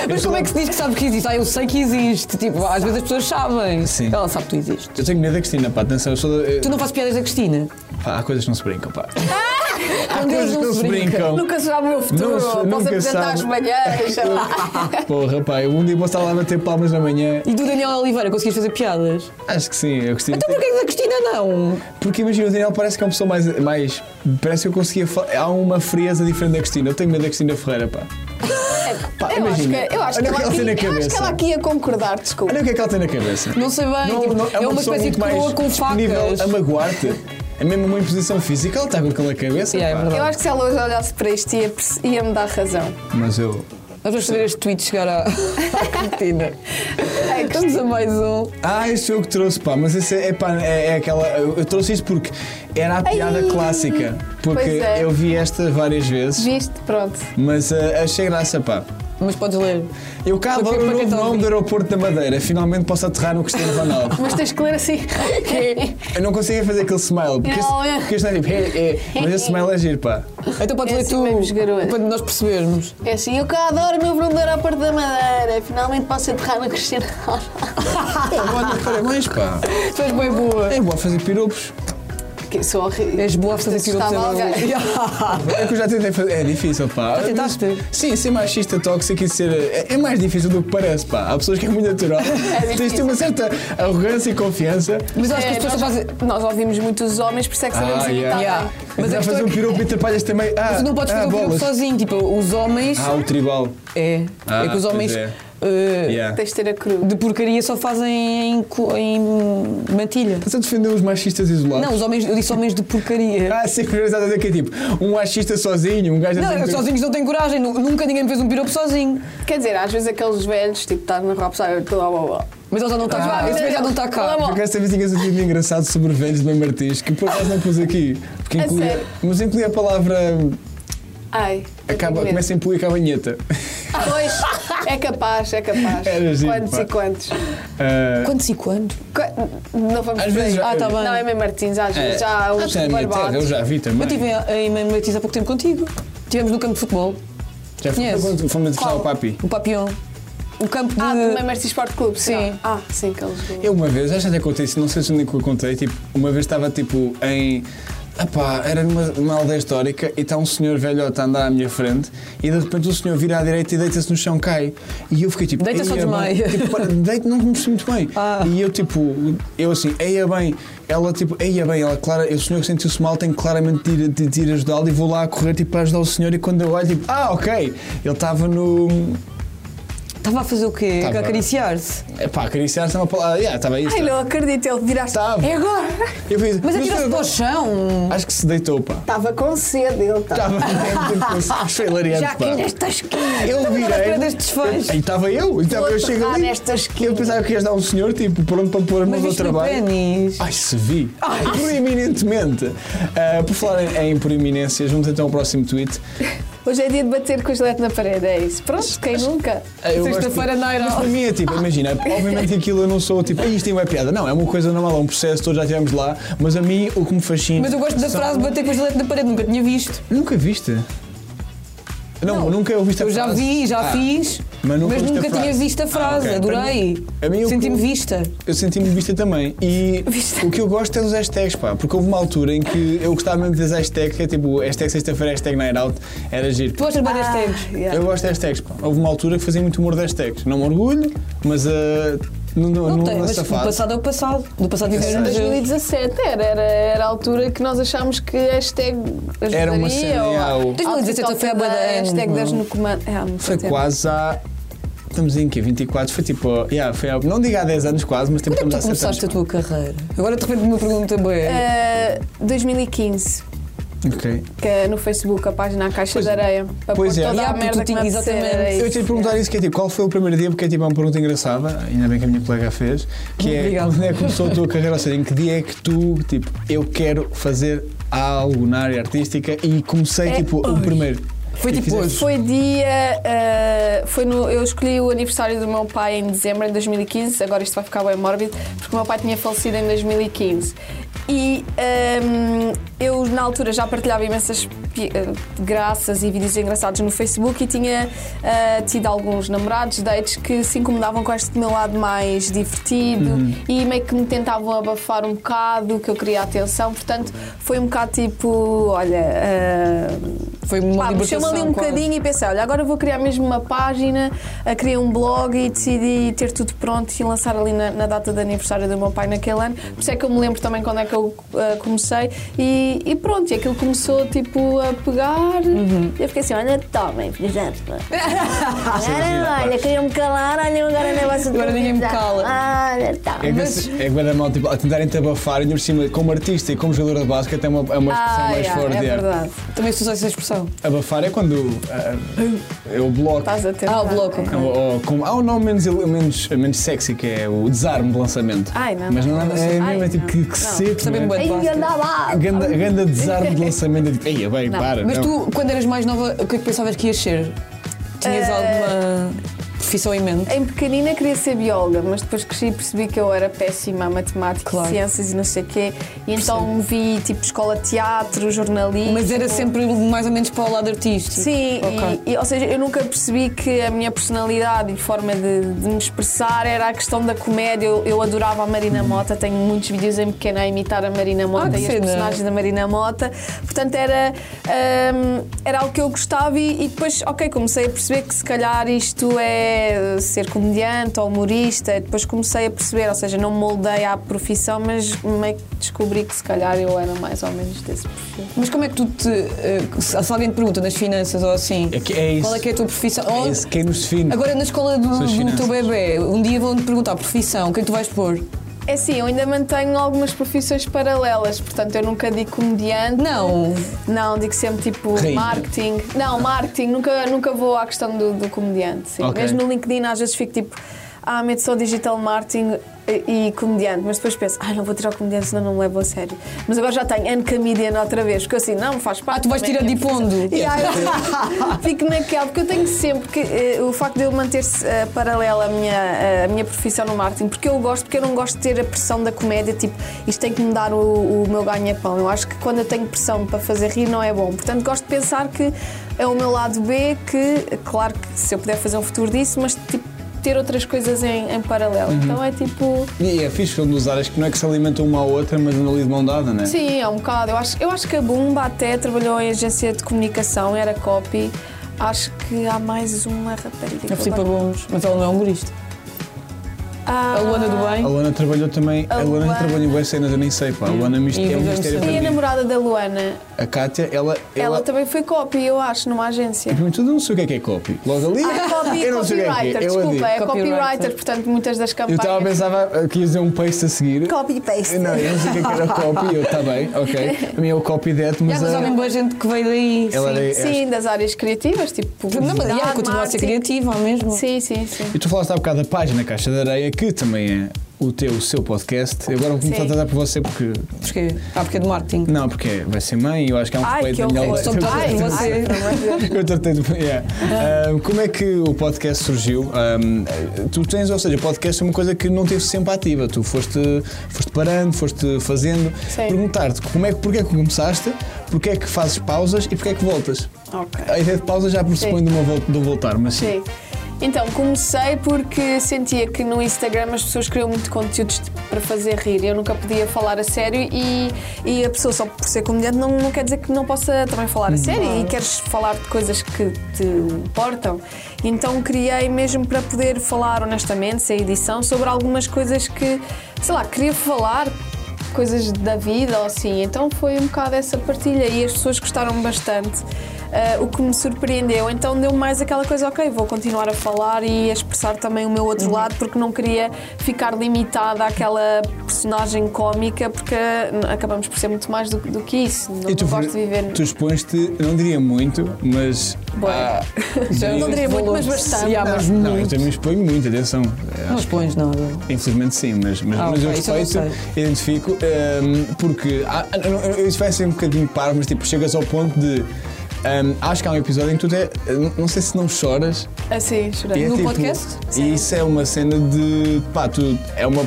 [SPEAKER 2] Mas
[SPEAKER 1] sou-
[SPEAKER 2] como é que se diz que sabe que existe? Ah, eu sei que existe. Tipo, às vezes as pessoas sabem.
[SPEAKER 1] Sim.
[SPEAKER 2] Ela sabe que tu existes.
[SPEAKER 1] Eu tenho medo da Cristina, pá, atenção, eu sou da- eu-
[SPEAKER 2] Tu não fazes piadas da Cristina? um
[SPEAKER 1] pá, há coisas que não se brincam, pá.
[SPEAKER 2] Há
[SPEAKER 1] coisas que não se brincam.
[SPEAKER 3] Nunca se sabe o meu futuro.
[SPEAKER 1] Não se-
[SPEAKER 3] Posso
[SPEAKER 1] nunca
[SPEAKER 3] apresentar
[SPEAKER 1] sabe.
[SPEAKER 3] as manhãs, sei lá.
[SPEAKER 1] Porra, pá, eu um dia vou estar lá a bater palmas na manhã.
[SPEAKER 2] E do Daniel Oliveira conseguiste fazer piadas?
[SPEAKER 1] Acho que sim, eu Cristina.
[SPEAKER 2] Então porquê que da Cristina não?
[SPEAKER 1] Porque imagina, o Daniel parece que é uma pessoa mais. mais parece que eu conseguia. fa- Há uma frieza diferente da Cristina. Eu tenho medo da Cristina Ferreira, pá. Pá,
[SPEAKER 3] Eu acho
[SPEAKER 1] imagina.
[SPEAKER 3] que, eu acho que
[SPEAKER 1] Olha o que
[SPEAKER 3] ela
[SPEAKER 1] ela tem na
[SPEAKER 3] aqui- eu acho que
[SPEAKER 1] cabeça.
[SPEAKER 3] ela aqui ia concordar, desculpa.
[SPEAKER 1] Olha o que é que ela tem na cabeça.
[SPEAKER 2] Não sei bem. tipo, é uma,
[SPEAKER 1] pessoa
[SPEAKER 2] espécie de
[SPEAKER 1] muito mais
[SPEAKER 2] coroa com
[SPEAKER 1] disponível
[SPEAKER 2] facas.
[SPEAKER 1] a magoar-te. É mesmo uma imposição física, ela está com aquela cabeça.
[SPEAKER 2] Yeah, é
[SPEAKER 1] pá.
[SPEAKER 2] verdade.
[SPEAKER 3] Eu acho que se ela hoje olhasse para isto ia, perce- ia-me dar razão.
[SPEAKER 1] Mas eu.
[SPEAKER 2] Nós vamos fazer este tweet chegar à, à Cristina.
[SPEAKER 1] É,
[SPEAKER 2] Estamos a mais um.
[SPEAKER 1] Ah, isso eu que trouxe, pá, mas isso é, é, pá, é, é aquela. Eu eu trouxe isso porque era a piada clássica. Porque
[SPEAKER 3] pois é.
[SPEAKER 1] eu vi esta várias vezes,
[SPEAKER 3] Viste? Pronto.
[SPEAKER 1] mas ah, achei graça, pá.
[SPEAKER 2] Mas podes ler.
[SPEAKER 1] Eu cá
[SPEAKER 2] Para
[SPEAKER 1] adoro
[SPEAKER 2] quem-
[SPEAKER 1] o
[SPEAKER 2] para quem
[SPEAKER 1] novo
[SPEAKER 2] tá está a
[SPEAKER 1] nome do
[SPEAKER 2] ouvir.
[SPEAKER 1] aeroporto da Madeira, finalmente posso aterrar no Cristiano Ronaldo.
[SPEAKER 3] Mas tens que ler assim.
[SPEAKER 1] Eu não conseguia fazer aquele smile, porque,
[SPEAKER 3] Não,
[SPEAKER 1] esse,
[SPEAKER 3] é.
[SPEAKER 1] porque este é tipo, é, é, mas esse smile é giro, pá.
[SPEAKER 2] Então podes
[SPEAKER 3] É
[SPEAKER 2] ler
[SPEAKER 3] assim
[SPEAKER 2] tu.
[SPEAKER 3] mesmo, garoto.
[SPEAKER 2] Para nós percebermos.
[SPEAKER 3] É assim, eu que adoro o meu Bruno da Porta da Madeira. Finalmente posso aterrar no Cristiano
[SPEAKER 1] Pá, olha, parabéns, pá.
[SPEAKER 2] Tu és bem boa.
[SPEAKER 1] É bom fazer piropos.
[SPEAKER 3] Que sou horrível.
[SPEAKER 2] És boa a fazer
[SPEAKER 3] Assustava
[SPEAKER 2] pirotos.
[SPEAKER 3] alguém.
[SPEAKER 1] É que eu já tentei fazer. É difícil, pá.
[SPEAKER 2] Já tentaste?
[SPEAKER 1] Mas- Sim, ser machista, tóxico e ser. É, é mais difícil do que parece, pá. Há pessoas que é muito natural. Tens de ter uma certa arrogância e confiança.
[SPEAKER 2] Mas eu acho que as
[SPEAKER 3] É,
[SPEAKER 2] pessoas
[SPEAKER 3] nós,
[SPEAKER 2] estão a fazer.
[SPEAKER 3] nós ouvimos muitos homens, por isso é que sabemos imitar.
[SPEAKER 2] yeah.
[SPEAKER 3] bem.
[SPEAKER 1] Mas
[SPEAKER 2] Mas a
[SPEAKER 1] vais fazer
[SPEAKER 2] questão
[SPEAKER 1] um
[SPEAKER 2] é que-
[SPEAKER 1] piropo e atrapalhas também. Ah,
[SPEAKER 2] Tu não podes
[SPEAKER 1] ah,
[SPEAKER 2] fazer o piropo
[SPEAKER 1] bolas.
[SPEAKER 2] sozinho. Tipo, os homens.
[SPEAKER 1] Ah, o tribal.
[SPEAKER 2] É.
[SPEAKER 1] Ah,
[SPEAKER 2] é que os homens.
[SPEAKER 1] pois é.
[SPEAKER 2] eh,
[SPEAKER 1] Yeah.
[SPEAKER 3] Tens de ter a cruz.
[SPEAKER 2] De porcaria só fazem em, co- em mantilha.
[SPEAKER 1] Estás a defender os machistas isolados?
[SPEAKER 2] Não, os homens, eu disse homens de porcaria.
[SPEAKER 1] Ah, sim, mas estás a dizer que é tipo um machista sozinho, um gajo
[SPEAKER 2] Não,
[SPEAKER 1] assim-
[SPEAKER 2] eu sozinhos não tenho coragem. Nu- Nunca ninguém me fez um piropo sozinho.
[SPEAKER 3] Quer dizer, às vezes aqueles velhos, tipo, estás na roupa, sabe, blá blá blá.
[SPEAKER 2] Mas ele já não está
[SPEAKER 3] Ah.
[SPEAKER 2] cá. Esse mês já não está cá.
[SPEAKER 3] Vamos
[SPEAKER 1] Porque esta vez tinhas um vídeo engraçado sobre velhos de bem martins que por acaso não pus aqui. Porque
[SPEAKER 3] A
[SPEAKER 1] incluía,
[SPEAKER 3] sério?
[SPEAKER 1] mas incluía a palavra. hum,
[SPEAKER 3] Ai. eu
[SPEAKER 1] Acaba,
[SPEAKER 3] tenho medo.
[SPEAKER 1] começa em pu e acaba em eta.
[SPEAKER 3] Pois, é capaz, é capaz.
[SPEAKER 1] Era giro,
[SPEAKER 3] quantos
[SPEAKER 1] pá.
[SPEAKER 3] e quantos?
[SPEAKER 1] Ah,
[SPEAKER 2] Quantos e quantos?
[SPEAKER 3] Qu- Não vamos
[SPEAKER 1] Às
[SPEAKER 3] por aí.
[SPEAKER 1] vezes já-
[SPEAKER 2] Ah, tá Ah, bem.
[SPEAKER 3] Não, é mesmo Martins, às vezes já há uns
[SPEAKER 1] até na minha terra, eu
[SPEAKER 3] barbados.
[SPEAKER 1] Ah, já vi também.
[SPEAKER 2] é Eu estive em, em Matiz há pouco tempo contigo. Estivemos no campo de futebol.
[SPEAKER 1] já fui
[SPEAKER 2] conheces?
[SPEAKER 1] quando fomos entrevistar o
[SPEAKER 3] Qual?
[SPEAKER 1] papi.
[SPEAKER 2] O Papião. O campo de.
[SPEAKER 3] Ah, também Martins Sport Clube,
[SPEAKER 2] Sim.
[SPEAKER 3] sim. Ah, sim, que eles vêm.
[SPEAKER 1] Eu uma vez, acho que até contei isso, não sei se nem que eu contei, tipo, uma vez estava tipo em. Epá, era numa, numa aldeia histórica e está um senhor velhote a andar à minha frente e de repente o senhor vira à direita e deita-se no chão, cai. E eu fiquei tipo.
[SPEAKER 2] Deita-se ou
[SPEAKER 1] "Eia, bem."
[SPEAKER 2] desmaia?
[SPEAKER 1] Tipo, para, deita, não me percebi muito bem.
[SPEAKER 2] Ah.
[SPEAKER 1] E eu tipo, eu assim, eia bem, ela tipo, eia bem, ela clara, o senhor sentiu-se mal, tenho claramente de ir, de, de ir ajudá-lo e vou lá a correr tipo, para ajudar o senhor e quando eu olho, tipo, ah, ok. Ele estava no.
[SPEAKER 2] Estava a fazer o quê?
[SPEAKER 1] Tava.
[SPEAKER 2] A acariciar-se.
[SPEAKER 1] Epá, queria ensinar-se uma palavra. Ah, yeah, estava aí.
[SPEAKER 3] Ai,
[SPEAKER 1] estava.
[SPEAKER 3] não acredito, ele viraste.
[SPEAKER 1] Estava.
[SPEAKER 3] É agora!
[SPEAKER 1] Eu fiz,
[SPEAKER 2] Mas
[SPEAKER 1] "Não sei
[SPEAKER 2] atirou-se
[SPEAKER 1] agora."
[SPEAKER 2] para o chão.
[SPEAKER 1] Acho que se deitou, pá.
[SPEAKER 3] Estava com sede, ele estava.
[SPEAKER 1] Estava mesmo tipo hilariante,
[SPEAKER 3] Já aqui
[SPEAKER 1] pá.
[SPEAKER 3] nesta esquina.
[SPEAKER 1] Eu virei.
[SPEAKER 2] espera deste desfecho.
[SPEAKER 1] Aí estava eu, estava eu
[SPEAKER 3] Vou
[SPEAKER 1] chego
[SPEAKER 3] aterrar
[SPEAKER 1] ali.
[SPEAKER 3] nesta esquina.
[SPEAKER 1] Eu pensava que ias dar um senhor, tipo, pronto para pôr a mão
[SPEAKER 2] Mas
[SPEAKER 1] ao
[SPEAKER 2] viste o
[SPEAKER 1] trabalho.
[SPEAKER 2] pênis.
[SPEAKER 1] Ai, se vi! Proeminentemente! Ah, por falar em, em proeminência, vamos então ao próximo tweet.
[SPEAKER 3] Hoje é dia de bater com o gilete na parede, é isso. Pronto, quem nunca?
[SPEAKER 1] Ah, eu gosto-
[SPEAKER 2] Sexta-feira na
[SPEAKER 1] Mas para mim é tipo, imagina, obviamente que aquilo eu não sou tipo, "Ei, isto tem uma piada. Não, é uma coisa normal, é um processo, todos já tivemos lá, mas a mim o que me fascina.
[SPEAKER 2] Mas eu gosto da
[SPEAKER 1] são-
[SPEAKER 2] frase bater com o gilete na parede, nunca tinha visto.
[SPEAKER 1] Nunca viste? Não,
[SPEAKER 2] Não,
[SPEAKER 1] nunca ouviste a
[SPEAKER 2] Eu já
[SPEAKER 1] frase.
[SPEAKER 2] vi, já
[SPEAKER 1] Ah.
[SPEAKER 2] fiz,
[SPEAKER 1] mas nunca
[SPEAKER 2] mas nunca,
[SPEAKER 1] ouviste a frase.
[SPEAKER 2] tinha visto
[SPEAKER 1] Ah,
[SPEAKER 2] a frase,
[SPEAKER 1] ok.
[SPEAKER 2] adorei.
[SPEAKER 1] Para mim, o que-
[SPEAKER 2] Senti-me vista.
[SPEAKER 1] Eu senti-me vista também. E
[SPEAKER 3] Vista.
[SPEAKER 1] o que eu gosto é dos hashtags, pá. Porque houve uma altura em que eu gostava mesmo das hashtags, que é tipo hashtag sexta-feira, hashtag night out, era giro.
[SPEAKER 2] Tu gostas de bater
[SPEAKER 3] Ah,
[SPEAKER 2] hashtags?
[SPEAKER 3] yeah.
[SPEAKER 1] Eu gosto de hashtags, pá. Houve uma altura que fazia muito humor de hashtags. Não me orgulho, mas ah, não, não,
[SPEAKER 2] Não
[SPEAKER 1] não
[SPEAKER 2] tem, mas
[SPEAKER 1] nessa
[SPEAKER 2] o
[SPEAKER 1] fase.
[SPEAKER 2] passado é o passado. Do passado é vivemos
[SPEAKER 1] sei.
[SPEAKER 2] juntos.
[SPEAKER 3] 2017 era, era, era a altura que nós achámos que a hashtag ajudaria.
[SPEAKER 1] Era uma cena,
[SPEAKER 3] ou
[SPEAKER 1] yeah, o-
[SPEAKER 2] 2017 foi a boa da
[SPEAKER 3] A hashtag
[SPEAKER 2] ano,
[SPEAKER 3] das
[SPEAKER 2] não.
[SPEAKER 3] no comando. É, há muito
[SPEAKER 1] Foi
[SPEAKER 3] tempo.
[SPEAKER 1] quase há. Estamos em quê? 24? Foi tipo. Yeah, foi há- não digo há 10 anos quase, mas tipo,
[SPEAKER 2] Quando é que tu
[SPEAKER 1] estamos há 7
[SPEAKER 2] começaste a tua carreira? Agora de repente uma pergunta boa.
[SPEAKER 3] Ah, 2015,
[SPEAKER 1] anos. Ok.
[SPEAKER 3] que é no Facebook, a página A Caixa
[SPEAKER 1] Pois
[SPEAKER 3] de
[SPEAKER 1] é.
[SPEAKER 3] Areia. Para
[SPEAKER 1] Pois
[SPEAKER 3] pôr
[SPEAKER 1] é.
[SPEAKER 3] toda
[SPEAKER 2] Yeah,
[SPEAKER 3] a
[SPEAKER 2] porque
[SPEAKER 3] merda
[SPEAKER 2] tu
[SPEAKER 3] que me
[SPEAKER 2] tinhas
[SPEAKER 3] apetecer,
[SPEAKER 2] exatamente.
[SPEAKER 3] era
[SPEAKER 1] Eu
[SPEAKER 3] isso.
[SPEAKER 1] tinha de perguntar isso, que é tipo, qual foi o primeiro dia? Porque é tipo, é uma pergunta engraçada, ainda bem que a minha colega fez, que é
[SPEAKER 2] Obrigada.
[SPEAKER 1] quando é que começou a tua carreira, ou seja, em que dia é que tu, tipo, eu quero fazer algo na área artística e comecei,
[SPEAKER 3] É
[SPEAKER 1] tipo, o
[SPEAKER 3] hoje.
[SPEAKER 1] primeiro.
[SPEAKER 2] Foi
[SPEAKER 1] E
[SPEAKER 2] tipo
[SPEAKER 1] fizeste-
[SPEAKER 2] hoje.
[SPEAKER 3] Foi dia. ah, foi no, eu escolhi o aniversário do meu pai em dezembro de 2015. Agora isto vai ficar bem mórbido, porque o meu pai tinha falecido em 2015. E hum, eu, na altura, já partilhava imensas pi- eh, graças e vídeos engraçados no Facebook e tinha ah, tido alguns namorados, dates, que se incomodavam com este meu lado mais divertido e meio que me tentavam abafar um bocado, que eu queria atenção. Portanto, foi um bocado tipo, olha. ah,
[SPEAKER 2] Foi uma
[SPEAKER 3] Pá, mexeu-me
[SPEAKER 2] libertação.
[SPEAKER 3] ali um
[SPEAKER 2] quase.
[SPEAKER 3] bocadinho e pensei, olha, agora vou criar mesmo uma página, ah, criei um blog e decidi ter tudo pronto e lançar ali na, na data de aniversário do meu pai naquele ano. Por isso é que eu me lembro também quando é que eu ah, comecei e, e pronto, e aquilo começou tipo a pegar
[SPEAKER 2] Uhum.
[SPEAKER 3] e eu fiquei assim, olha, tomem, por exemplo. olha, olha, queriam-me calar, olha, agora não vai
[SPEAKER 2] Agora ninguém me cala.
[SPEAKER 3] Olha, tá.
[SPEAKER 1] É que,
[SPEAKER 2] Mas-
[SPEAKER 1] é que vai dar mal tipo, a tentarem-te abafar, e ainda por cima, como artista e como jogador de basquete, é uma, é uma expressão
[SPEAKER 3] Ah,
[SPEAKER 1] mais
[SPEAKER 3] yeah,
[SPEAKER 1] forte.
[SPEAKER 3] é
[SPEAKER 1] é.
[SPEAKER 3] verdade.
[SPEAKER 2] Também se usa essa expressão.
[SPEAKER 1] Abafar é quando ah, é o bloco.
[SPEAKER 3] Estás a É. ter.
[SPEAKER 2] Ah, o bloco.
[SPEAKER 1] Ou, ou como- há um nome menos, ele- menos, menos sexy que é o desarme de lançamento.
[SPEAKER 3] Ai, não.
[SPEAKER 1] Mas não é, é,
[SPEAKER 3] Ai,
[SPEAKER 1] mesmo, é tipo
[SPEAKER 3] não.
[SPEAKER 1] que, que
[SPEAKER 3] Não.
[SPEAKER 1] seco.
[SPEAKER 2] Sabem
[SPEAKER 1] não é?
[SPEAKER 2] bem.
[SPEAKER 3] Ai, andava.
[SPEAKER 1] Ganda, ganda desarme de lançamento. é tipo, Ei, bem,
[SPEAKER 3] Não,
[SPEAKER 1] para.
[SPEAKER 2] Mas
[SPEAKER 1] não.
[SPEAKER 2] tu, quando eras mais nova, o que é que pensavas que ias ser? Tinhas
[SPEAKER 3] Eh,
[SPEAKER 2] alguma profissão em mente?
[SPEAKER 3] Em pequenina queria ser bióloga, mas depois cresci e percebi que eu era péssima a matemática,
[SPEAKER 2] Claro.
[SPEAKER 3] ciências e não sei o quê. E então me vi tipo escola de teatro, jornalismo.
[SPEAKER 2] Mas era sempre mais ou menos para o lado artístico.
[SPEAKER 3] Sim,
[SPEAKER 2] Ok.
[SPEAKER 3] e, e, ou seja, eu nunca percebi que a minha personalidade e forma de, de me expressar era a questão da comédia. Eu, eu adorava a Marina Mota, tenho muitos vídeos em pequena a imitar a Marina Mota
[SPEAKER 2] Uhum. Ah, que
[SPEAKER 3] e os
[SPEAKER 2] cena.
[SPEAKER 3] personagens da Marina Mota. Portanto, era, hum, era algo que eu gostava e, e depois, ok, comecei a perceber que se calhar isto é eh, ser comediante ou humorista. E depois comecei a perceber, ou seja, não me moldei à profissão, mas meio que descobri que se calhar eu era mais ou menos desse perfil.
[SPEAKER 2] Mas como é que tu te. eh, se se alguém te pergunta nas finanças ou assim.
[SPEAKER 1] É que é isso.
[SPEAKER 2] Qual é que é a tua profissão? Ou-
[SPEAKER 1] É esse quem nos define.
[SPEAKER 2] agora na escola do,
[SPEAKER 1] São as
[SPEAKER 2] do teu
[SPEAKER 1] finanças.
[SPEAKER 2] bebê, um dia vão-te perguntar profissão, o que é que tu vais pôr?
[SPEAKER 3] É sim, eu ainda mantenho algumas profissões paralelas, portanto eu nunca digo comediante.
[SPEAKER 2] Não.
[SPEAKER 3] Não, digo sempre tipo
[SPEAKER 1] Rainha.
[SPEAKER 3] marketing. Não, marketing, nunca, nunca vou à questão do, do comediante. Sim.
[SPEAKER 1] Ok.
[SPEAKER 3] Mesmo no LinkedIn às vezes fico tipo, ah, meto só digital marketing e, e comediante, mas depois penso, ah, não vou tirar o comediante senão não me levo a sério. Mas agora já tenho and comedian outra vez, porque eu assim, não, faz parte.
[SPEAKER 2] Ah, tu vais
[SPEAKER 3] também
[SPEAKER 2] tirar
[SPEAKER 3] é
[SPEAKER 2] dipondo.
[SPEAKER 3] e aí eu fico naquela, porque eu tenho sempre que. eh, o facto de eu manter-se eh, paralela à minha, eh, à minha profissão no marketing, porque eu gosto, porque eu não gosto de ter a pressão da comédia, tipo, isto tem que me dar o, o meu ganha-pão. Eu acho que quando eu tenho pressão para fazer rir não é bom. Portanto, gosto de pensar que é o meu lado B, que, claro que se eu puder fazer um futuro disso, mas tipo. Ter outras coisas em, em paralelo.
[SPEAKER 2] Uhum.
[SPEAKER 3] Então é tipo.
[SPEAKER 1] E é fixe quando usar, acho que não é que se alimentam uma à outra, mas andam ali de mão dada, não é?
[SPEAKER 3] Sim, é um bocado. Eu acho, eu acho que a Bumba até trabalhou em agência de comunicação, era copy. Acho que há mais uma rapariga. que
[SPEAKER 2] É Filipe
[SPEAKER 3] eu agora-
[SPEAKER 2] Gomes, mas ela não é humorista.
[SPEAKER 3] Ah,
[SPEAKER 2] A Luana do Bem.
[SPEAKER 1] A Luana trabalhou também. A,
[SPEAKER 3] A
[SPEAKER 1] Luana já
[SPEAKER 3] Luana-
[SPEAKER 1] trabalhou em boas cenas, eu nem sei, pá. A Luana mist-
[SPEAKER 2] E
[SPEAKER 1] é um
[SPEAKER 2] viveu
[SPEAKER 1] mistério
[SPEAKER 2] no
[SPEAKER 1] para
[SPEAKER 3] E a
[SPEAKER 1] mim.
[SPEAKER 3] namorada da Luana?
[SPEAKER 1] A Kátia, ela.
[SPEAKER 3] Ela,
[SPEAKER 1] ela
[SPEAKER 3] também foi copy, eu acho, numa agência.
[SPEAKER 1] Primeiro de tudo, eu não sei o que é que é copy. Logo ali.
[SPEAKER 3] Ah, copy,
[SPEAKER 1] eu não sei o que é que
[SPEAKER 3] copywriter,
[SPEAKER 1] é. Eu
[SPEAKER 3] desculpa,
[SPEAKER 1] ali.
[SPEAKER 3] é
[SPEAKER 2] Copywriter.
[SPEAKER 3] copywriter, portanto, muitas das
[SPEAKER 1] Eu
[SPEAKER 3] campanhas.
[SPEAKER 1] estava a pensar que ia dizer um paste a seguir.
[SPEAKER 3] Copy paste.
[SPEAKER 1] Não, eu não sei o que é que era copy. Eu, está bem, ok. A minha é o copy that,
[SPEAKER 2] Já,
[SPEAKER 1] mas. é-
[SPEAKER 2] mas há bem
[SPEAKER 1] a-
[SPEAKER 2] boa gente que veio daí.
[SPEAKER 1] Ela
[SPEAKER 2] sim.
[SPEAKER 1] era-
[SPEAKER 3] Sim, das áreas criativas, tipo.
[SPEAKER 2] Não, mas
[SPEAKER 3] publicidade,
[SPEAKER 2] já, continua a ser
[SPEAKER 3] marketing.
[SPEAKER 2] criativa mesmo.
[SPEAKER 3] Sim, sim, sim.
[SPEAKER 1] E tu falaste há bocado da página Caixa de Areia, que também é o teu, o seu podcast. Eu agora vou começar
[SPEAKER 3] Sim.
[SPEAKER 1] a tratar por você porque.
[SPEAKER 2] Porquê? Ah, porque é de marketing.
[SPEAKER 1] Não, porque vai ser mãe e eu acho que é um
[SPEAKER 3] Ai,
[SPEAKER 1] respeito
[SPEAKER 3] que
[SPEAKER 1] da minha
[SPEAKER 3] horror.
[SPEAKER 1] altura.
[SPEAKER 2] Só me tratas
[SPEAKER 3] Ai,
[SPEAKER 2] por você.
[SPEAKER 3] ai, pelo amor de Deus.
[SPEAKER 1] Eu tratei de. yeah. Ah, como é que o podcast surgiu? Ah, tu tens, ou seja, podcast é uma coisa que não teve sempre ativa. Tu foste, foste parando, foste fazendo.
[SPEAKER 3] Sim.
[SPEAKER 1] Perguntar-te como é, que- porque é que começaste, porque é que fazes pausas e porque é que voltas.
[SPEAKER 3] Ok.
[SPEAKER 1] A ideia de pausa já pressupõe
[SPEAKER 3] Sim.
[SPEAKER 1] de, uma vol- de um voltar, mas sim.
[SPEAKER 3] Sim. Então, comecei porque sentia que no Instagram as pessoas criam muito conteúdos de- para fazer rir. Eu nunca podia falar a sério e, e a pessoa, só por ser comediante, não, não quer dizer que não possa também falar a sério e queres falar de coisas que te importam. Então, criei mesmo para poder falar honestamente, sem edição, sobre algumas coisas que, sei lá, queria falar. Coisas da vida ou assim, então foi um bocado essa partilha e as pessoas gostaram bastante. Uh, o que me surpreendeu. Então deu mais aquela coisa, ok, vou continuar a falar e a expressar também o meu
[SPEAKER 1] Uhum.
[SPEAKER 3] outro lado, porque não queria ficar limitada àquela personagem cómica, porque uh, acabamos por ser muito mais do, do que isso. Não,
[SPEAKER 1] E tu,
[SPEAKER 3] não gosto de viver.
[SPEAKER 1] tu expões-te, eu não diria muito, mas.
[SPEAKER 3] Bué.
[SPEAKER 1] ah,
[SPEAKER 3] não diria muito, mas bastante.
[SPEAKER 2] Já, mas
[SPEAKER 1] não, eu
[SPEAKER 2] muito.
[SPEAKER 1] também exponho muito, atenção.
[SPEAKER 2] Não expões nada.
[SPEAKER 1] Infelizmente sim, mas, mas,
[SPEAKER 2] Ah,
[SPEAKER 1] mas eu
[SPEAKER 2] ok, isso eu não
[SPEAKER 1] respeito, identifico, hum, porque há- eu não- eu- isso vai ser um bocadinho par, mas tipo, chegas ao ponto de. hum, acho que há um episódio em que tu até. Não, não sei se não choras.
[SPEAKER 3] Assim,
[SPEAKER 1] e
[SPEAKER 3] chorei.
[SPEAKER 1] é
[SPEAKER 2] No
[SPEAKER 1] tipo,
[SPEAKER 2] podcast?
[SPEAKER 1] E isso é uma cena de. pá, tu. é uma.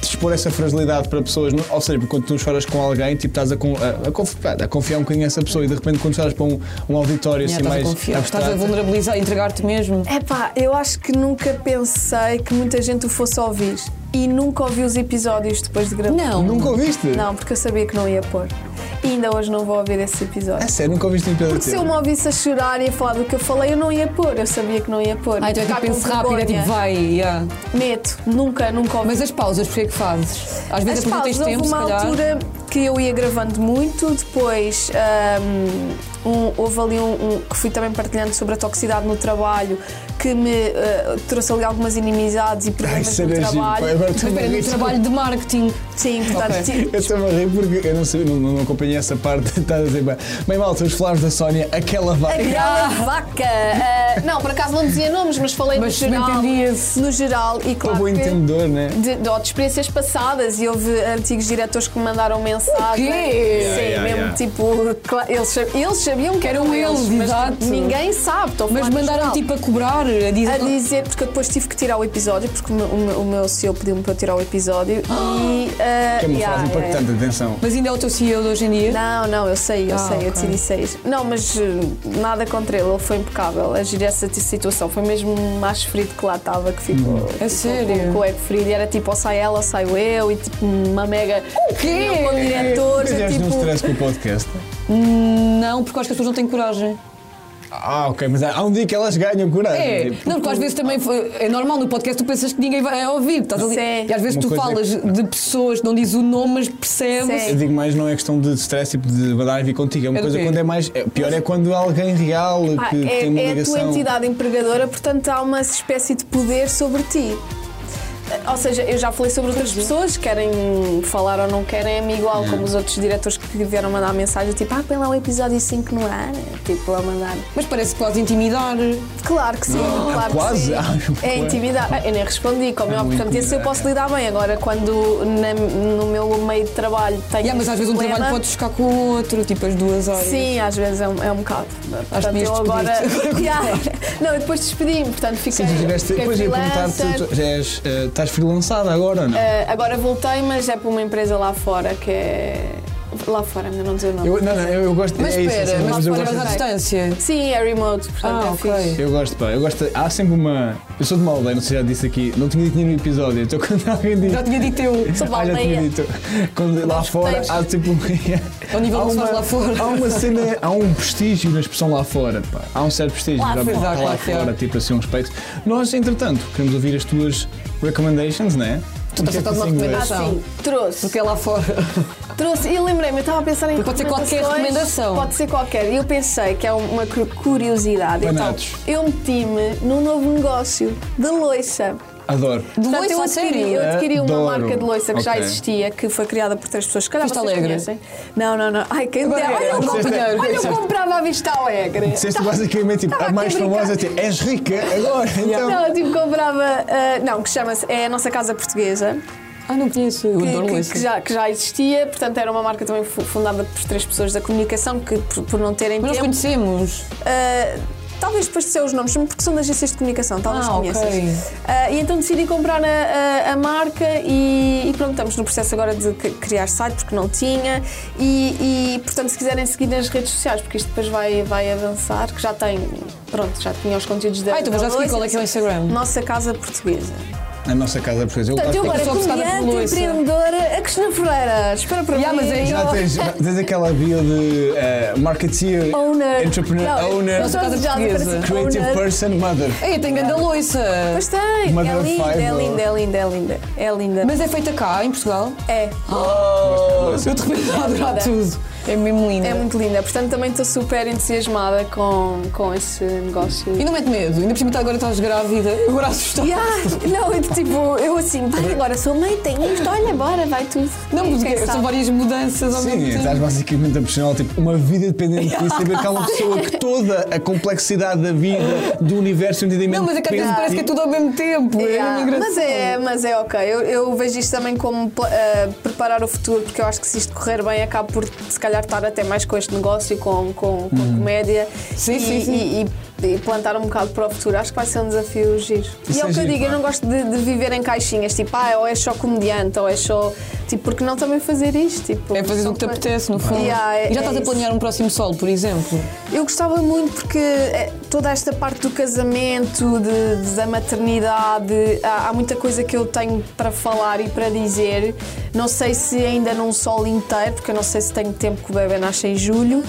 [SPEAKER 1] expor essa fragilidade para pessoas, não- ou seja, porque quando tu choras com alguém, tipo, estás a, con- a- a conf- a confiar um bocadinho nessa pessoa e de repente quando choras para um, um auditório
[SPEAKER 2] Yeah,
[SPEAKER 1] assim
[SPEAKER 2] estás a
[SPEAKER 1] mais
[SPEAKER 2] confiar, estás a
[SPEAKER 1] abstrato,
[SPEAKER 2] vulnerabilizar, a entregar-te mesmo.
[SPEAKER 3] Epá, eu acho que nunca pensei que muita gente o fosse ouvir e nunca ouvi os episódios depois de gravar.
[SPEAKER 2] Não.
[SPEAKER 1] Nunca ouviste?
[SPEAKER 3] Não, porque eu sabia que não ia pôr. E ainda hoje não vou ouvir esses
[SPEAKER 1] É
[SPEAKER 3] episódios.
[SPEAKER 1] sério, nunca ouviste em
[SPEAKER 3] Porque se eu me ouvisse a chorar e a falar do que eu falei, eu não ia pôr. Eu sabia que não ia pôr.
[SPEAKER 2] Ah, então é tipo,
[SPEAKER 3] Ficar com
[SPEAKER 2] penso rápido, é tipo,
[SPEAKER 3] vergonha.
[SPEAKER 2] vai, yeah.
[SPEAKER 3] Meto, nunca, nunca ouvi.
[SPEAKER 2] Mas as pausas, porquê que fazes? Às vezes é porque não
[SPEAKER 3] As pausas,
[SPEAKER 2] tens tempo,
[SPEAKER 3] houve uma
[SPEAKER 2] se calhar.
[SPEAKER 3] altura que eu ia gravando muito, depois hum, um- houve ali um, um que fui também partilhando sobre a toxicidade no trabalho, que me ah, trouxe ali algumas inimizades e
[SPEAKER 1] Ai,
[SPEAKER 3] problemas no
[SPEAKER 1] sério, Gil, pá, é
[SPEAKER 3] trabalho.
[SPEAKER 1] agora
[SPEAKER 2] Mas
[SPEAKER 1] estou a
[SPEAKER 2] espera, no
[SPEAKER 1] rir.
[SPEAKER 2] trabalho de marketing.
[SPEAKER 3] Sim, portanto,
[SPEAKER 2] Ok.
[SPEAKER 3] ti-
[SPEAKER 1] Eu estou a rir porque eu não, sei, não, não acompanhei essa parte. Estás a dizer, bem, bem malta, os falarmos da Sónia,
[SPEAKER 3] É
[SPEAKER 1] aquela vai.
[SPEAKER 3] Aquela vaca! Ah, não, por acaso não dizia nomes, mas falei
[SPEAKER 2] Mas
[SPEAKER 3] no geral.
[SPEAKER 2] entendia-se.
[SPEAKER 3] No geral, e
[SPEAKER 1] Para o
[SPEAKER 3] claro.
[SPEAKER 1] bom
[SPEAKER 3] que
[SPEAKER 1] entendedor, né?
[SPEAKER 3] de, de, ou de experiências passadas e houve antigos diretores que me mandaram mensagem.
[SPEAKER 2] O quê?
[SPEAKER 3] Sim,
[SPEAKER 1] Yeah, yeah,
[SPEAKER 3] mesmo
[SPEAKER 1] yeah.
[SPEAKER 3] tipo, cla- eles, sa- eles sabiam que eram
[SPEAKER 2] Eram
[SPEAKER 3] eles,
[SPEAKER 2] um eles,
[SPEAKER 3] mas
[SPEAKER 2] exato.
[SPEAKER 3] ninguém sabe. estou a
[SPEAKER 2] Mas
[SPEAKER 3] falar no
[SPEAKER 2] mandaram
[SPEAKER 3] geral.
[SPEAKER 2] tipo a cobrar, a
[SPEAKER 3] a
[SPEAKER 2] dizer.
[SPEAKER 3] dizer, porque eu depois tive que tirar o episódio, porque o meu, o meu- o meu CEO pediu-me para eu tirar o episódio e. ah,
[SPEAKER 1] Que é uma frase
[SPEAKER 3] yeah, yeah,
[SPEAKER 1] impactante, atenção.
[SPEAKER 2] Mas ainda é o teu CEO de hoje em dia?
[SPEAKER 3] não, não, eu sei, eu
[SPEAKER 2] Ah,
[SPEAKER 3] sei,
[SPEAKER 2] ok.
[SPEAKER 3] eu decidi sair. Não, mas eh, nada contra ele, ele foi impecável a gerir essa t- situação. Foi mesmo mais ferido que lá estava, que ficou. ficou
[SPEAKER 2] sério?
[SPEAKER 3] Com, com o ego ferido. E era tipo, ou sai ela ou saio eu, e tipo, uma mega. O
[SPEAKER 2] quê?
[SPEAKER 3] Com diretores, eu,
[SPEAKER 1] Fizeste um
[SPEAKER 3] tipo.
[SPEAKER 1] stress com o podcast.
[SPEAKER 2] Não, porque eu acho que as pessoas não têm coragem.
[SPEAKER 1] Ah, ok, mas há há um dia que elas ganham coragem.
[SPEAKER 2] É,
[SPEAKER 1] tipo.
[SPEAKER 2] não, porque às vezes também foi- é normal no podcast tu pensas que ninguém vai ouvir, estás ali.
[SPEAKER 3] Sim.
[SPEAKER 2] E às vezes
[SPEAKER 1] Uma
[SPEAKER 2] tu
[SPEAKER 1] coisa é
[SPEAKER 2] falas de pessoas, não dizes o nome, mas percebes.
[SPEAKER 3] Sim.
[SPEAKER 1] Eu digo mais, não é questão de stress, tipo de badar e vir contigo. É uma
[SPEAKER 2] É do
[SPEAKER 1] coisa
[SPEAKER 2] quê?
[SPEAKER 1] quando é mais. é- pior é quando há alguém real que,
[SPEAKER 3] Ah,
[SPEAKER 1] que tem uma
[SPEAKER 3] é, é a tua
[SPEAKER 1] ligação.
[SPEAKER 3] entidade empregadora, portanto há uma espécie de poder sobre ti. Ou seja, eu já falei sobre outras pessoas, querem falar ou não querem, é me igual, como os outros diretores que vieram mandar mensagem, tipo, ah, põe lá o episódio 5 no ar, tipo, a mandar.
[SPEAKER 2] Mas parece quase intimidar.
[SPEAKER 3] Claro que sim, claro
[SPEAKER 1] quase?
[SPEAKER 3] que
[SPEAKER 1] Ah,
[SPEAKER 3] sim. é
[SPEAKER 1] claro.
[SPEAKER 3] intimidade. Ah, Eu nem respondi, como é,
[SPEAKER 1] Ah,
[SPEAKER 3] óbvio, portanto, esse eu
[SPEAKER 1] intimidade,
[SPEAKER 3] posso lidar bem. Agora, quando na- no meu meio de trabalho tenho.
[SPEAKER 2] Yeah, mas às vezes um
[SPEAKER 3] problema,
[SPEAKER 2] trabalho pode chocar com o outro, tipo as duas áreas.
[SPEAKER 3] Sim, às vezes é um, é um bocado. Portanto,
[SPEAKER 2] minhas
[SPEAKER 3] eu agora. Yeah. Não, eu depois despedi-me, portanto, fiquei.
[SPEAKER 1] Sim, tu tiveste.
[SPEAKER 3] fiquei
[SPEAKER 1] Depois ia perguntar se
[SPEAKER 3] é freelancer.
[SPEAKER 1] tu já és, eh, estás freelançada agora ou não?
[SPEAKER 3] Ah, agora voltei, mas é para uma empresa lá fora que é. Lá fora, ainda não dizer o nome.
[SPEAKER 1] Eu, não, não, eu, eu gosto.
[SPEAKER 2] Mas
[SPEAKER 1] é isso,
[SPEAKER 2] espera,
[SPEAKER 1] assim,
[SPEAKER 2] mas
[SPEAKER 1] eu
[SPEAKER 2] fora
[SPEAKER 1] gosto
[SPEAKER 2] à
[SPEAKER 3] de-
[SPEAKER 2] distância.
[SPEAKER 3] Sim, é remote, portanto
[SPEAKER 2] Ah,
[SPEAKER 3] é
[SPEAKER 2] ok.
[SPEAKER 3] fixe.
[SPEAKER 1] Eu gosto, pá, eu gosto. Há sempre uma. Eu sou de uma aldeia, não sei se já disse aqui, não tinha dito nenhum episódio, então quando alguém diz.
[SPEAKER 2] Já tinha dito eu.
[SPEAKER 3] Sou de uma
[SPEAKER 1] Ah, já tinha
[SPEAKER 3] aldeia.
[SPEAKER 1] dito. Quando lá
[SPEAKER 3] Nós
[SPEAKER 1] fora
[SPEAKER 3] tens-
[SPEAKER 1] há tipo.
[SPEAKER 2] Ao nível
[SPEAKER 1] há
[SPEAKER 2] do que se faz
[SPEAKER 1] uma-
[SPEAKER 2] lá fora.
[SPEAKER 1] Há uma cena, há um prestígio na expressão lá fora, pá. Há um certo prestígio. já,
[SPEAKER 2] Claro, pois há,
[SPEAKER 1] lá
[SPEAKER 2] claro que há.
[SPEAKER 1] fora, tipo assim, um respeito. Nós, entretanto, queremos ouvir as tuas recommendations, né? Tu
[SPEAKER 2] estás a dar uma
[SPEAKER 3] Ah,
[SPEAKER 2] recomendação.
[SPEAKER 3] sim, trouxe.
[SPEAKER 2] Porque é lá fora.
[SPEAKER 3] Trouxe, e eu lembrei-me, eu estava a pensar em.
[SPEAKER 2] Porque pode ser qualquer
[SPEAKER 3] recomendações.
[SPEAKER 2] recomendação.
[SPEAKER 3] Pode ser qualquer. E eu pensei que é uma cu- curiosidade. Então,
[SPEAKER 1] Panados.
[SPEAKER 3] eu meti-me num novo negócio de loiça.
[SPEAKER 1] Adoro.
[SPEAKER 2] De loiça,
[SPEAKER 3] Portanto, eu
[SPEAKER 2] a
[SPEAKER 3] adquiri,
[SPEAKER 2] sério.
[SPEAKER 3] eu adquiri uma
[SPEAKER 1] Adoro.
[SPEAKER 3] marca de loiça que já
[SPEAKER 1] Ok.
[SPEAKER 3] existia, que foi criada por três pessoas. Se calhar
[SPEAKER 2] Vista
[SPEAKER 3] vocês
[SPEAKER 2] Alegre.
[SPEAKER 3] conhecem. Não, não, não. Ai, quem
[SPEAKER 2] Agora é um
[SPEAKER 3] dera. Olha, eu
[SPEAKER 2] era.
[SPEAKER 3] comprava- olha, eu comprava a Vista Alegre. Tá.
[SPEAKER 1] Disseste basicamente, tipo,
[SPEAKER 3] Estava
[SPEAKER 1] a
[SPEAKER 3] aqui
[SPEAKER 1] mais
[SPEAKER 3] a brincar.
[SPEAKER 1] famosa, tipo, és rica agora, então.
[SPEAKER 3] Não, eu tipo, comprava. ah, não, que chama-se. É a nossa casa portuguesa.
[SPEAKER 2] Ah, não conheço. Eu
[SPEAKER 3] que-
[SPEAKER 2] adoro
[SPEAKER 3] que,
[SPEAKER 2] loiça.
[SPEAKER 3] que já, que já existia, portanto era uma marca também fu- fundada por três pessoas da comunicação que por, por não terem
[SPEAKER 2] Mas nós
[SPEAKER 3] tempo.
[SPEAKER 2] conhecemos.
[SPEAKER 3] ah, talvez depois de ser os nomes, porque são de agências de comunicação, talvez
[SPEAKER 2] Ah, ok.
[SPEAKER 3] conheças. Ah, e então decidi comprar a, a- a marca e, e pronto, estamos no processo agora de c- criar site porque não tinha. E, e, portanto, se quiserem seguir nas redes sociais, porque isto depois vai, vai avançar, que já tem, pronto, já tinha os conteúdos da.
[SPEAKER 2] Ah, então vou
[SPEAKER 3] da
[SPEAKER 2] já seguir
[SPEAKER 3] Loiça.
[SPEAKER 2] qual é que é o Instagram.
[SPEAKER 3] Nossa Casa Portuguesa.
[SPEAKER 1] A nossa casa portuguesa. Eu
[SPEAKER 3] Portanto, eu
[SPEAKER 1] gosto-
[SPEAKER 3] agora,
[SPEAKER 2] sou obcecada por
[SPEAKER 3] comediante,
[SPEAKER 2] Loiça.
[SPEAKER 3] empreendedora, a Cristina Ferreira. Espera para
[SPEAKER 2] Yeah,
[SPEAKER 3] mim.
[SPEAKER 2] mas é-
[SPEAKER 1] Já tens, tens aquela bio de eh, marketeer,
[SPEAKER 3] Owner.
[SPEAKER 1] entrepreneur,
[SPEAKER 3] Não,
[SPEAKER 1] owner,
[SPEAKER 3] eu sou
[SPEAKER 2] Casa
[SPEAKER 3] desejada para
[SPEAKER 2] Portuguesa.
[SPEAKER 3] ser
[SPEAKER 1] creative
[SPEAKER 3] owner.
[SPEAKER 1] person, mother.
[SPEAKER 2] Ei, tem grande a loiça.
[SPEAKER 3] Pois tem,
[SPEAKER 1] Mother
[SPEAKER 3] é
[SPEAKER 1] of
[SPEAKER 3] linda,
[SPEAKER 1] five,
[SPEAKER 3] é
[SPEAKER 1] ou-
[SPEAKER 3] linda, é linda, é linda, é linda.
[SPEAKER 2] Mas é feita cá, em Portugal?
[SPEAKER 3] é,
[SPEAKER 2] Ah. Oh,
[SPEAKER 1] Oh.
[SPEAKER 2] Eu de repente vou adorar tudo. É mesmo lindo.
[SPEAKER 3] é muito linda. Portanto, também estou super entusiasmada com, com esse negócio.
[SPEAKER 2] E não mete medo, ainda por cima tá, agora estás grávida, eu agora assustada.
[SPEAKER 3] Yeah, não, eu, tipo, eu assim, vai agora, sou mãe, tenho isto, olha, bora, vai tudo.
[SPEAKER 2] Não,
[SPEAKER 3] Quem é
[SPEAKER 2] porque são
[SPEAKER 3] sabe?
[SPEAKER 2] várias mudanças ao
[SPEAKER 1] Sim,
[SPEAKER 2] mesmo tempo.
[SPEAKER 1] estás basicamente a pressionar tipo, uma vida dependente de ti, saber que há uma pessoa que toda a complexidade da vida, do universo, o entendimento.
[SPEAKER 2] Não, mas é que às vezes
[SPEAKER 1] depende
[SPEAKER 2] parece
[SPEAKER 1] de
[SPEAKER 2] que é
[SPEAKER 1] ti.
[SPEAKER 2] tudo ao mesmo tempo.
[SPEAKER 3] Yeah,
[SPEAKER 2] É mesmo engraçado.
[SPEAKER 3] mas, é, mas é ok, eu, eu vejo isto também como pla- eh, preparar o futuro, porque eu acho que se isto correr bem, acabo por se calhar estar até mais com este negócio, com, com, com a comédia.
[SPEAKER 2] Uhum. Sim,
[SPEAKER 3] e,
[SPEAKER 2] sim, sim.
[SPEAKER 3] E, e e plantar um bocado para o futuro. Acho que vai ser um desafio giro.
[SPEAKER 1] Isso
[SPEAKER 3] e é o
[SPEAKER 1] é
[SPEAKER 3] que eu
[SPEAKER 1] giro,
[SPEAKER 3] digo, eu
[SPEAKER 1] pá.
[SPEAKER 3] não gosto de, de viver em caixinhas, tipo, ah, ou és só comediante, ou és só. Tipo, porque não também fazer isto? Tipo,
[SPEAKER 2] É fazer
[SPEAKER 3] só
[SPEAKER 2] o que te
[SPEAKER 3] co-
[SPEAKER 2] apetece, no fundo.
[SPEAKER 3] Yeah, é-
[SPEAKER 2] e já
[SPEAKER 3] é
[SPEAKER 2] estás a
[SPEAKER 3] isso.
[SPEAKER 2] planear um próximo solo, por exemplo.
[SPEAKER 3] Eu gostava muito porque eh, toda esta parte do casamento, de- de- da maternidade, há, há muita coisa que eu tenho para falar e para dizer. Não sei se ainda num solo inteiro, porque eu não sei se tenho tempo que o bebê nasce em julho.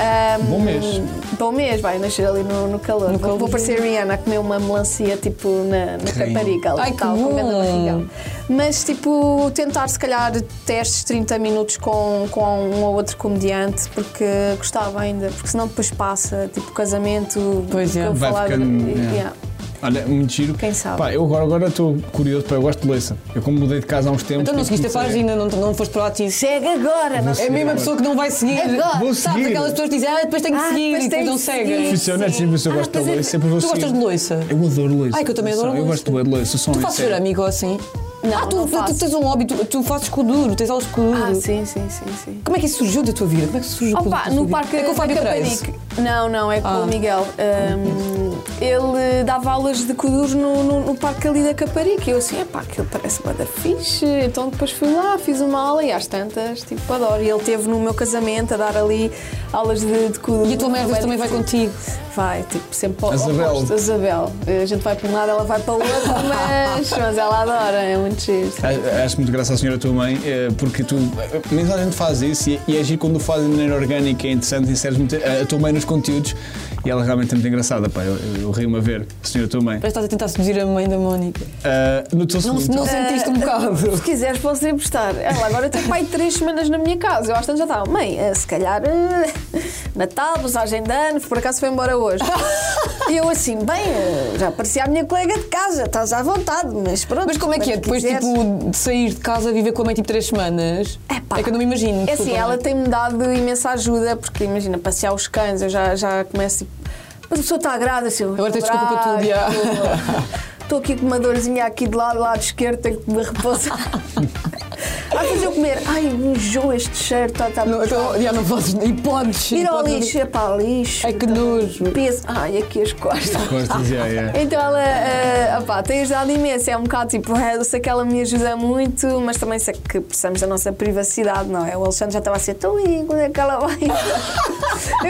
[SPEAKER 3] Ahm,
[SPEAKER 1] Bom mês.
[SPEAKER 3] Bom mês, vai nascer ali no, no calor.
[SPEAKER 2] No
[SPEAKER 3] vou, vou
[SPEAKER 2] calorzinho.
[SPEAKER 3] parecer a Rihanna a comer uma melancia tipo na, na
[SPEAKER 1] Que rainha.
[SPEAKER 3] Caparica, ali,
[SPEAKER 2] Ai, que
[SPEAKER 3] tal, com grande
[SPEAKER 2] bom.
[SPEAKER 3] barrigão. Mas, tipo, tentar se calhar testes 30 minutos com, com um ou outro comediante, porque gostava ainda, porque senão depois passa, tipo, casamento,
[SPEAKER 2] Pois é.
[SPEAKER 3] que eu
[SPEAKER 1] Vai
[SPEAKER 3] falar-
[SPEAKER 1] ficando, é.
[SPEAKER 3] yeah.
[SPEAKER 1] yeah. Olha, muito giro.
[SPEAKER 3] Quem sabe?
[SPEAKER 1] Pá, eu agora agora estou curioso, pá, eu gosto de louça. Eu como mudei de casa há uns tempos.
[SPEAKER 2] Então não
[SPEAKER 1] tipo,
[SPEAKER 2] seguiste a
[SPEAKER 1] comecei-
[SPEAKER 2] página, não, não foste proativo.
[SPEAKER 3] Segue agora! não-
[SPEAKER 1] Vou
[SPEAKER 2] É a mesma
[SPEAKER 1] Agora.
[SPEAKER 2] pessoa que não vai seguir.
[SPEAKER 3] Agora. Vou
[SPEAKER 2] Sabes,
[SPEAKER 1] seguir.
[SPEAKER 2] aquelas pessoas que dizem, ah, depois tenho que
[SPEAKER 3] É Ah,
[SPEAKER 2] seguir
[SPEAKER 3] depois
[SPEAKER 2] e depois
[SPEAKER 3] tenho
[SPEAKER 2] não
[SPEAKER 3] que
[SPEAKER 2] seguem.
[SPEAKER 3] seguir.
[SPEAKER 1] Aficionado,
[SPEAKER 3] Sim.
[SPEAKER 1] sempre eu
[SPEAKER 3] Ah,
[SPEAKER 1] gosto de
[SPEAKER 3] mas é-
[SPEAKER 1] louça, sempre vou
[SPEAKER 2] Tu gostas
[SPEAKER 1] seguir.
[SPEAKER 2] de louça?
[SPEAKER 1] Eu adoro louça.
[SPEAKER 2] Ai, que eu também adoro
[SPEAKER 1] Eu
[SPEAKER 2] louça.
[SPEAKER 1] gosto bué de louça, eu sou
[SPEAKER 2] Tu
[SPEAKER 1] um
[SPEAKER 2] fazes
[SPEAKER 1] sério.
[SPEAKER 2] cerâmica ou assim?
[SPEAKER 3] Não,
[SPEAKER 2] ah, tu,
[SPEAKER 3] não
[SPEAKER 2] tu-
[SPEAKER 3] faço.
[SPEAKER 2] tu tens um hobby, tu, tu fazes escuduro, tens aulas de escuduro.
[SPEAKER 3] Ah, sim, sim, sim, sim.
[SPEAKER 2] Como é que isso surgiu da tua vida? Como é que surgiu da
[SPEAKER 3] Opa,
[SPEAKER 2] tua
[SPEAKER 3] Ah, no
[SPEAKER 2] vida?
[SPEAKER 3] parque
[SPEAKER 2] É com o
[SPEAKER 3] da
[SPEAKER 2] Fábio Trás.
[SPEAKER 3] Caparica. Não, não, é com
[SPEAKER 2] Ah.
[SPEAKER 3] o Miguel. Ahm, ele dava aulas de Kuduro no, no- no parque ali da Caparica. E eu assim, epá, aquilo parece bada fixe. Então depois fui lá, fiz uma aula e às tantas, tipo, adoro. E ele teve no meu casamento a dar ali aulas de, de Kuduro.
[SPEAKER 2] E a tua mãe às vezes também vai contigo.
[SPEAKER 3] Vai, tipo, sempre ao
[SPEAKER 1] A Isabel.
[SPEAKER 3] oposto. A Isabel. A gente vai para um lado, ela vai para o outro, mas, mas ela adora, é muito giro.
[SPEAKER 1] A- Acho muito graça à senhora tua mãe, eh, porque tu. Nem toda a gente faz isso e, e agir quando o faz de maneira orgânica é interessante, inseres muito a, a tua mãe nos conteúdos e ela realmente é muito engraçada, pá. Eu, eu, eu rio-me a ver, senhora tua mãe.
[SPEAKER 2] Parece que estás a tentar seduzir a mãe da Mónica.
[SPEAKER 1] Ah, no teu
[SPEAKER 2] Não,
[SPEAKER 1] segundo.
[SPEAKER 3] Eh,
[SPEAKER 2] não sentiste um bocado.
[SPEAKER 3] ah, Se quiseres, posso emprestar. Ela agora tem pai três semanas na minha casa. Eu acho que já estava. Mãe, eh, se calhar eh, Natal, passagem de ano, por acaso foi embora hoje. E eu assim, bem, eh, já parecia a minha colega de casa, estás à vontade, mas pronto.
[SPEAKER 2] Mas como é que é?
[SPEAKER 3] quando
[SPEAKER 2] Depois
[SPEAKER 3] quiseres.
[SPEAKER 2] tipo, de sair de casa, viver com a mãe tipo três semanas?
[SPEAKER 3] Epá.
[SPEAKER 2] É que eu não me imagino.
[SPEAKER 3] É assim,
[SPEAKER 2] desculpa.
[SPEAKER 3] ela tem-me dado imensa ajuda, porque imagina, passear os cães, eu já, já começo. tipo, Mas a pessoa está grávida, assim, eu
[SPEAKER 2] Agora tens
[SPEAKER 3] vou
[SPEAKER 2] desculpa para tudo,
[SPEAKER 3] operar,
[SPEAKER 2] já.
[SPEAKER 3] tô- Estou aqui com uma dorzinha aqui do lado, do lado esquerdo, tenho que me repousar. Às vezes eu comer, ai, me enjoo este cheiro, tá, tá,
[SPEAKER 2] Não, então, já não podes. E podes.
[SPEAKER 3] Ir ao
[SPEAKER 2] podes-
[SPEAKER 3] lixo, é pá, lixo.
[SPEAKER 2] Ai que nojo.
[SPEAKER 3] Peso, ai, aqui as costas.
[SPEAKER 1] Costas, yeah, yeah.
[SPEAKER 3] Então ela eh, opá, tem ajudado imenso, é um bocado tipo, eh, eu sei que ela me ajuda muito, mas também sei que precisamos da nossa privacidade, não é? O Alexandre já estava assim, então e quando é que ela vai?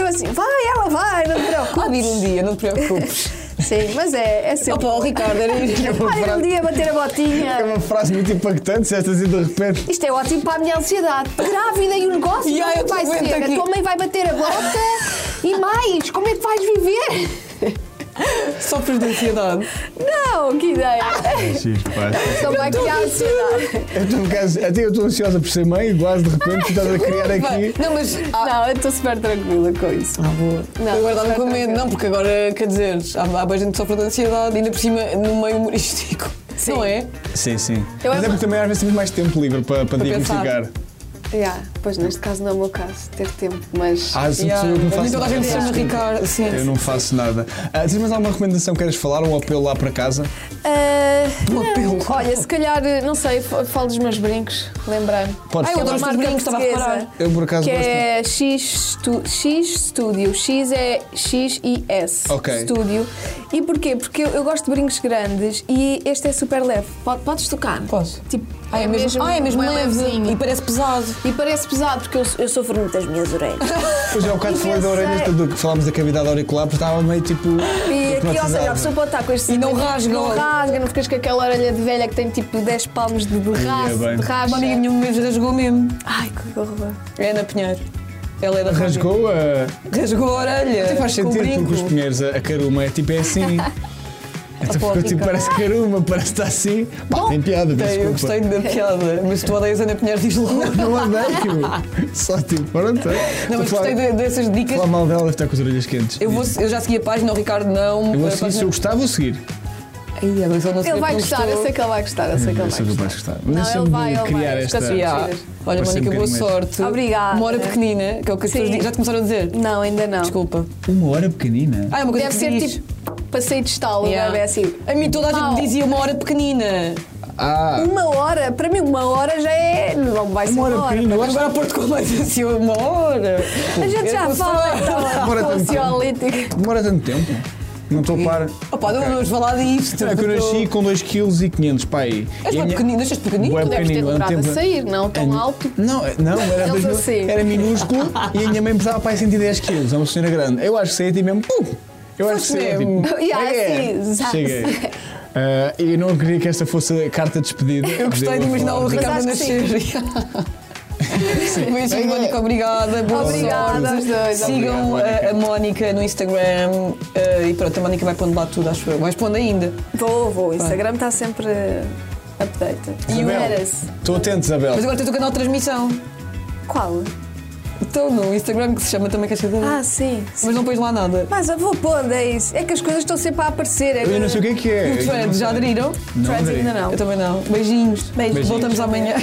[SPEAKER 3] eu assim, vai, ela vai, não te
[SPEAKER 2] Há de ir
[SPEAKER 3] preocupes.
[SPEAKER 2] um dia, não te preocupes.
[SPEAKER 3] Sim, mas é, é
[SPEAKER 2] Opa,
[SPEAKER 3] sempre.
[SPEAKER 2] o Ricardo era
[SPEAKER 3] Vai um dia bater a
[SPEAKER 1] É
[SPEAKER 3] botinha.
[SPEAKER 1] uma frase muito impactante, se esta assim de repente.
[SPEAKER 3] Isto é ótimo para a minha ansiedade. Grávida e o negócio,
[SPEAKER 2] E aí, eu
[SPEAKER 3] como é que vai
[SPEAKER 2] comento
[SPEAKER 3] ser?
[SPEAKER 2] aqui.
[SPEAKER 3] A tua mãe vai bater a bota e mais, como é que vais viver?
[SPEAKER 2] Só por ansiedade.
[SPEAKER 3] Não, que ideia.
[SPEAKER 1] Sim, É pá.
[SPEAKER 3] Só vai criar ansiedade.
[SPEAKER 1] Eu estou um bocado- Até eu estou ansiosa por ser mãe e quase de repente tu estás a criar
[SPEAKER 2] Vai.
[SPEAKER 1] aqui.
[SPEAKER 2] Não, mas. Ah,
[SPEAKER 3] Não, eu estou super tranquila com isso.
[SPEAKER 2] ah boa.
[SPEAKER 3] Não,
[SPEAKER 2] eu guardava
[SPEAKER 3] não
[SPEAKER 2] com
[SPEAKER 3] é
[SPEAKER 2] medo,
[SPEAKER 3] tranquilo.
[SPEAKER 2] não, porque agora, quer dizer, há, há bem gente que sofre de ansiedade, ainda por cima no meio humorístico.
[SPEAKER 3] Sim.
[SPEAKER 2] Não é?
[SPEAKER 1] Sim, sim.
[SPEAKER 3] Eu
[SPEAKER 1] Mas é
[SPEAKER 3] amo-
[SPEAKER 1] porque também às vezes temos mais tempo livre para, para
[SPEAKER 2] pensar.
[SPEAKER 1] diagnosticar.
[SPEAKER 3] Yeah, pois neste caso não é o meu caso, ter tempo, mas.
[SPEAKER 1] Ah, sou pessoa
[SPEAKER 2] Yeah.
[SPEAKER 1] que não
[SPEAKER 2] Nem
[SPEAKER 1] faço
[SPEAKER 2] toda a gente se
[SPEAKER 1] nada.
[SPEAKER 2] chama Ricardo. Sim.
[SPEAKER 1] Eu não faço nada. Ah, tens mais alguma recomendação que queres falar? Um apelo lá para casa?
[SPEAKER 3] Ah,
[SPEAKER 2] Boa
[SPEAKER 3] não.
[SPEAKER 2] pelo.
[SPEAKER 3] Olha, se calhar, não sei, fa- falo dos meus brincos, lembrei-me.
[SPEAKER 1] Podes
[SPEAKER 2] Ah, eu
[SPEAKER 1] falar.
[SPEAKER 2] adoro os teus
[SPEAKER 3] marca
[SPEAKER 2] brincos, estava a
[SPEAKER 3] portuguesa.
[SPEAKER 2] reparar.
[SPEAKER 1] Eu por acaso
[SPEAKER 3] Que
[SPEAKER 1] gosto.
[SPEAKER 3] é X, Stu- X Studio. X é X e S.
[SPEAKER 1] Ok.
[SPEAKER 3] Studio. E porquê? Porque eu, eu gosto de brincos grandes e este é super leve. Po- Podes tocar?
[SPEAKER 2] Posso?
[SPEAKER 3] Tipo,
[SPEAKER 2] Ah, é mesmo, ah, é mesmo
[SPEAKER 3] bem
[SPEAKER 2] leve.
[SPEAKER 3] um levezinho.
[SPEAKER 2] E parece pesado.
[SPEAKER 3] E parece pesado porque eu, eu sofro muito das minhas orelhas.
[SPEAKER 1] Pois é, há bocado
[SPEAKER 3] E
[SPEAKER 1] falei da
[SPEAKER 3] pensei-
[SPEAKER 1] orelha, esta do que falámos da cavidade auricular, porque estava meio tipo.
[SPEAKER 3] E aqui, ou seja, a
[SPEAKER 1] traumatizada.
[SPEAKER 3] pessoa pode estar com este
[SPEAKER 2] E não
[SPEAKER 3] cinto,
[SPEAKER 2] rasga
[SPEAKER 3] Não
[SPEAKER 2] logo.
[SPEAKER 3] rasga, não ficas com aquela orelha de velha que tem tipo 10 palmos de, de rasgo,
[SPEAKER 1] bem.
[SPEAKER 3] de
[SPEAKER 2] Uma amiga
[SPEAKER 3] rasga.
[SPEAKER 2] minha uma vez rasgou mesmo.
[SPEAKER 3] Ai, que horror.
[SPEAKER 2] É Ana Pinheiro. Ela é da rádio.
[SPEAKER 1] Rasgou a.
[SPEAKER 2] Rasgou a orelha.
[SPEAKER 1] Até faz
[SPEAKER 2] com o
[SPEAKER 1] sentido, porque os
[SPEAKER 2] brinco.
[SPEAKER 1] pinheiros, a, a caruma é tipo é assim. Então
[SPEAKER 2] pô,
[SPEAKER 1] ficou tipo,
[SPEAKER 2] Ricardo.
[SPEAKER 1] parece caruma, parece que está assim. Pá, tem piada, peço
[SPEAKER 2] Tem, Eu gostei
[SPEAKER 1] desculpa.
[SPEAKER 2] da piada, mas tu odeias Ana Pinheiro, diz logo.
[SPEAKER 1] Não odeio. Só tipo, pronto.
[SPEAKER 2] Não, mas gostei de- dessas dicas.
[SPEAKER 1] Falar mal dela deve estar com as orelhas quentes.
[SPEAKER 2] Eu, vou, eu já segui a página, o Ricardo não.
[SPEAKER 1] Eu vou seguir,
[SPEAKER 2] A
[SPEAKER 1] se eu
[SPEAKER 2] página-
[SPEAKER 1] gostar, vou seguir.
[SPEAKER 2] Ai, agora se ele não
[SPEAKER 3] Ele
[SPEAKER 2] saber
[SPEAKER 3] vai
[SPEAKER 2] que não
[SPEAKER 3] gostar, eu
[SPEAKER 2] gostou.
[SPEAKER 3] sei que ele vai gostar, eu sei que ele
[SPEAKER 1] Eu
[SPEAKER 3] vai
[SPEAKER 1] sou capaz
[SPEAKER 3] gostar.
[SPEAKER 1] de gostar.
[SPEAKER 3] Não,
[SPEAKER 1] Deixa-me
[SPEAKER 3] ele vai, ele vai.
[SPEAKER 1] criar esta.
[SPEAKER 3] Ele fica assim,
[SPEAKER 2] Yeah.
[SPEAKER 3] Parece
[SPEAKER 2] Olha,
[SPEAKER 1] um
[SPEAKER 2] Mónica, boa
[SPEAKER 1] bocadinho mais.
[SPEAKER 2] sorte.
[SPEAKER 3] Obrigada.
[SPEAKER 2] Uma hora pequenina, que é o que as pessoas
[SPEAKER 3] Sim.
[SPEAKER 2] dizem. Já te começaram a dizer?
[SPEAKER 3] Não, ainda não.
[SPEAKER 2] Desculpa.
[SPEAKER 1] Uma hora pequenina.
[SPEAKER 2] Ah, é uma coisa
[SPEAKER 3] Deve
[SPEAKER 2] que se
[SPEAKER 3] ser
[SPEAKER 2] diz.
[SPEAKER 3] tipo passeio de estalo,
[SPEAKER 2] Yeah.
[SPEAKER 3] deve é assim.
[SPEAKER 2] A mim toda a gente
[SPEAKER 3] Pau.
[SPEAKER 2] me dizia uma hora pequenina.
[SPEAKER 1] Ah.
[SPEAKER 3] Uma hora, para mim, uma hora já é. Não é? vai ser uma hora.
[SPEAKER 1] pequenina, eu acho-
[SPEAKER 2] Agora a Porto Coleiro assim, uma hora.
[SPEAKER 3] A gente já
[SPEAKER 2] Eu
[SPEAKER 3] fala,
[SPEAKER 2] sei.
[SPEAKER 1] Bora
[SPEAKER 3] então,
[SPEAKER 1] tentar.
[SPEAKER 3] ansiolítico.
[SPEAKER 1] Demora tanto tempo? Não estou a par.
[SPEAKER 2] Opa, não
[SPEAKER 1] Ok.
[SPEAKER 2] vamos falar disto.
[SPEAKER 1] É que eu
[SPEAKER 2] porque
[SPEAKER 1] nasci com 2,5 kg, pai.
[SPEAKER 2] És bem pequenino, nasceste pequenino?
[SPEAKER 1] Bué
[SPEAKER 3] Tu deves ter
[SPEAKER 1] pequenino,
[SPEAKER 3] demorado
[SPEAKER 1] não
[SPEAKER 3] a
[SPEAKER 1] teve-
[SPEAKER 3] sair, não?
[SPEAKER 1] É,
[SPEAKER 3] Tão alto.
[SPEAKER 1] Não, não, era,
[SPEAKER 3] Ele
[SPEAKER 1] dois mil-
[SPEAKER 3] assim.
[SPEAKER 1] era minúsculo e a minha mãe pesava para aí 110 kg, é uma senhora grande. Eu acho que saí tipo mesmo. pum! eu acho que
[SPEAKER 2] Foste
[SPEAKER 1] saí
[SPEAKER 2] mesmo.
[SPEAKER 1] tipo.
[SPEAKER 3] Yeah,
[SPEAKER 1] "É,
[SPEAKER 3] assim, zaz."
[SPEAKER 1] Cheguei. Ah, e eu não queria que esta fosse a carta de despedida.
[SPEAKER 2] Eu gostei de imaginar o
[SPEAKER 1] falar de-
[SPEAKER 2] Ricardo a
[SPEAKER 3] Mas acho que
[SPEAKER 2] nascer. Mesmo, Mónica, obrigada. Boa
[SPEAKER 3] Obrigada
[SPEAKER 2] sorte.
[SPEAKER 3] aos dois,
[SPEAKER 2] Sigam eh,
[SPEAKER 1] obrigado,
[SPEAKER 2] a, a Mónica no Instagram eh, e pronto, a Mónica vai pondo lá tudo, acho eu. Vais pondo ainda.
[SPEAKER 3] Vou, vou. O Instagram está sempre update. E o
[SPEAKER 1] Isabel,
[SPEAKER 3] Eras?
[SPEAKER 1] Estou atento, Isabel.
[SPEAKER 2] Mas agora tens o canal de transmissão. Hum.
[SPEAKER 3] Qual?
[SPEAKER 2] Então, no Instagram que se chama também Caixa de
[SPEAKER 3] Ah, sim. sim.
[SPEAKER 2] Mas não pões lá nada.
[SPEAKER 3] Mas eu vou pondo, é isso. É que as coisas estão sempre a aparecer. É
[SPEAKER 1] Eu não sei o que é que é.
[SPEAKER 2] O Threads, já aderiram?
[SPEAKER 1] Não
[SPEAKER 3] Threads
[SPEAKER 1] aderi.
[SPEAKER 3] ainda não.
[SPEAKER 2] Eu também não. Beijinhos.
[SPEAKER 3] Beijinhos.
[SPEAKER 2] Voltamos amanhã.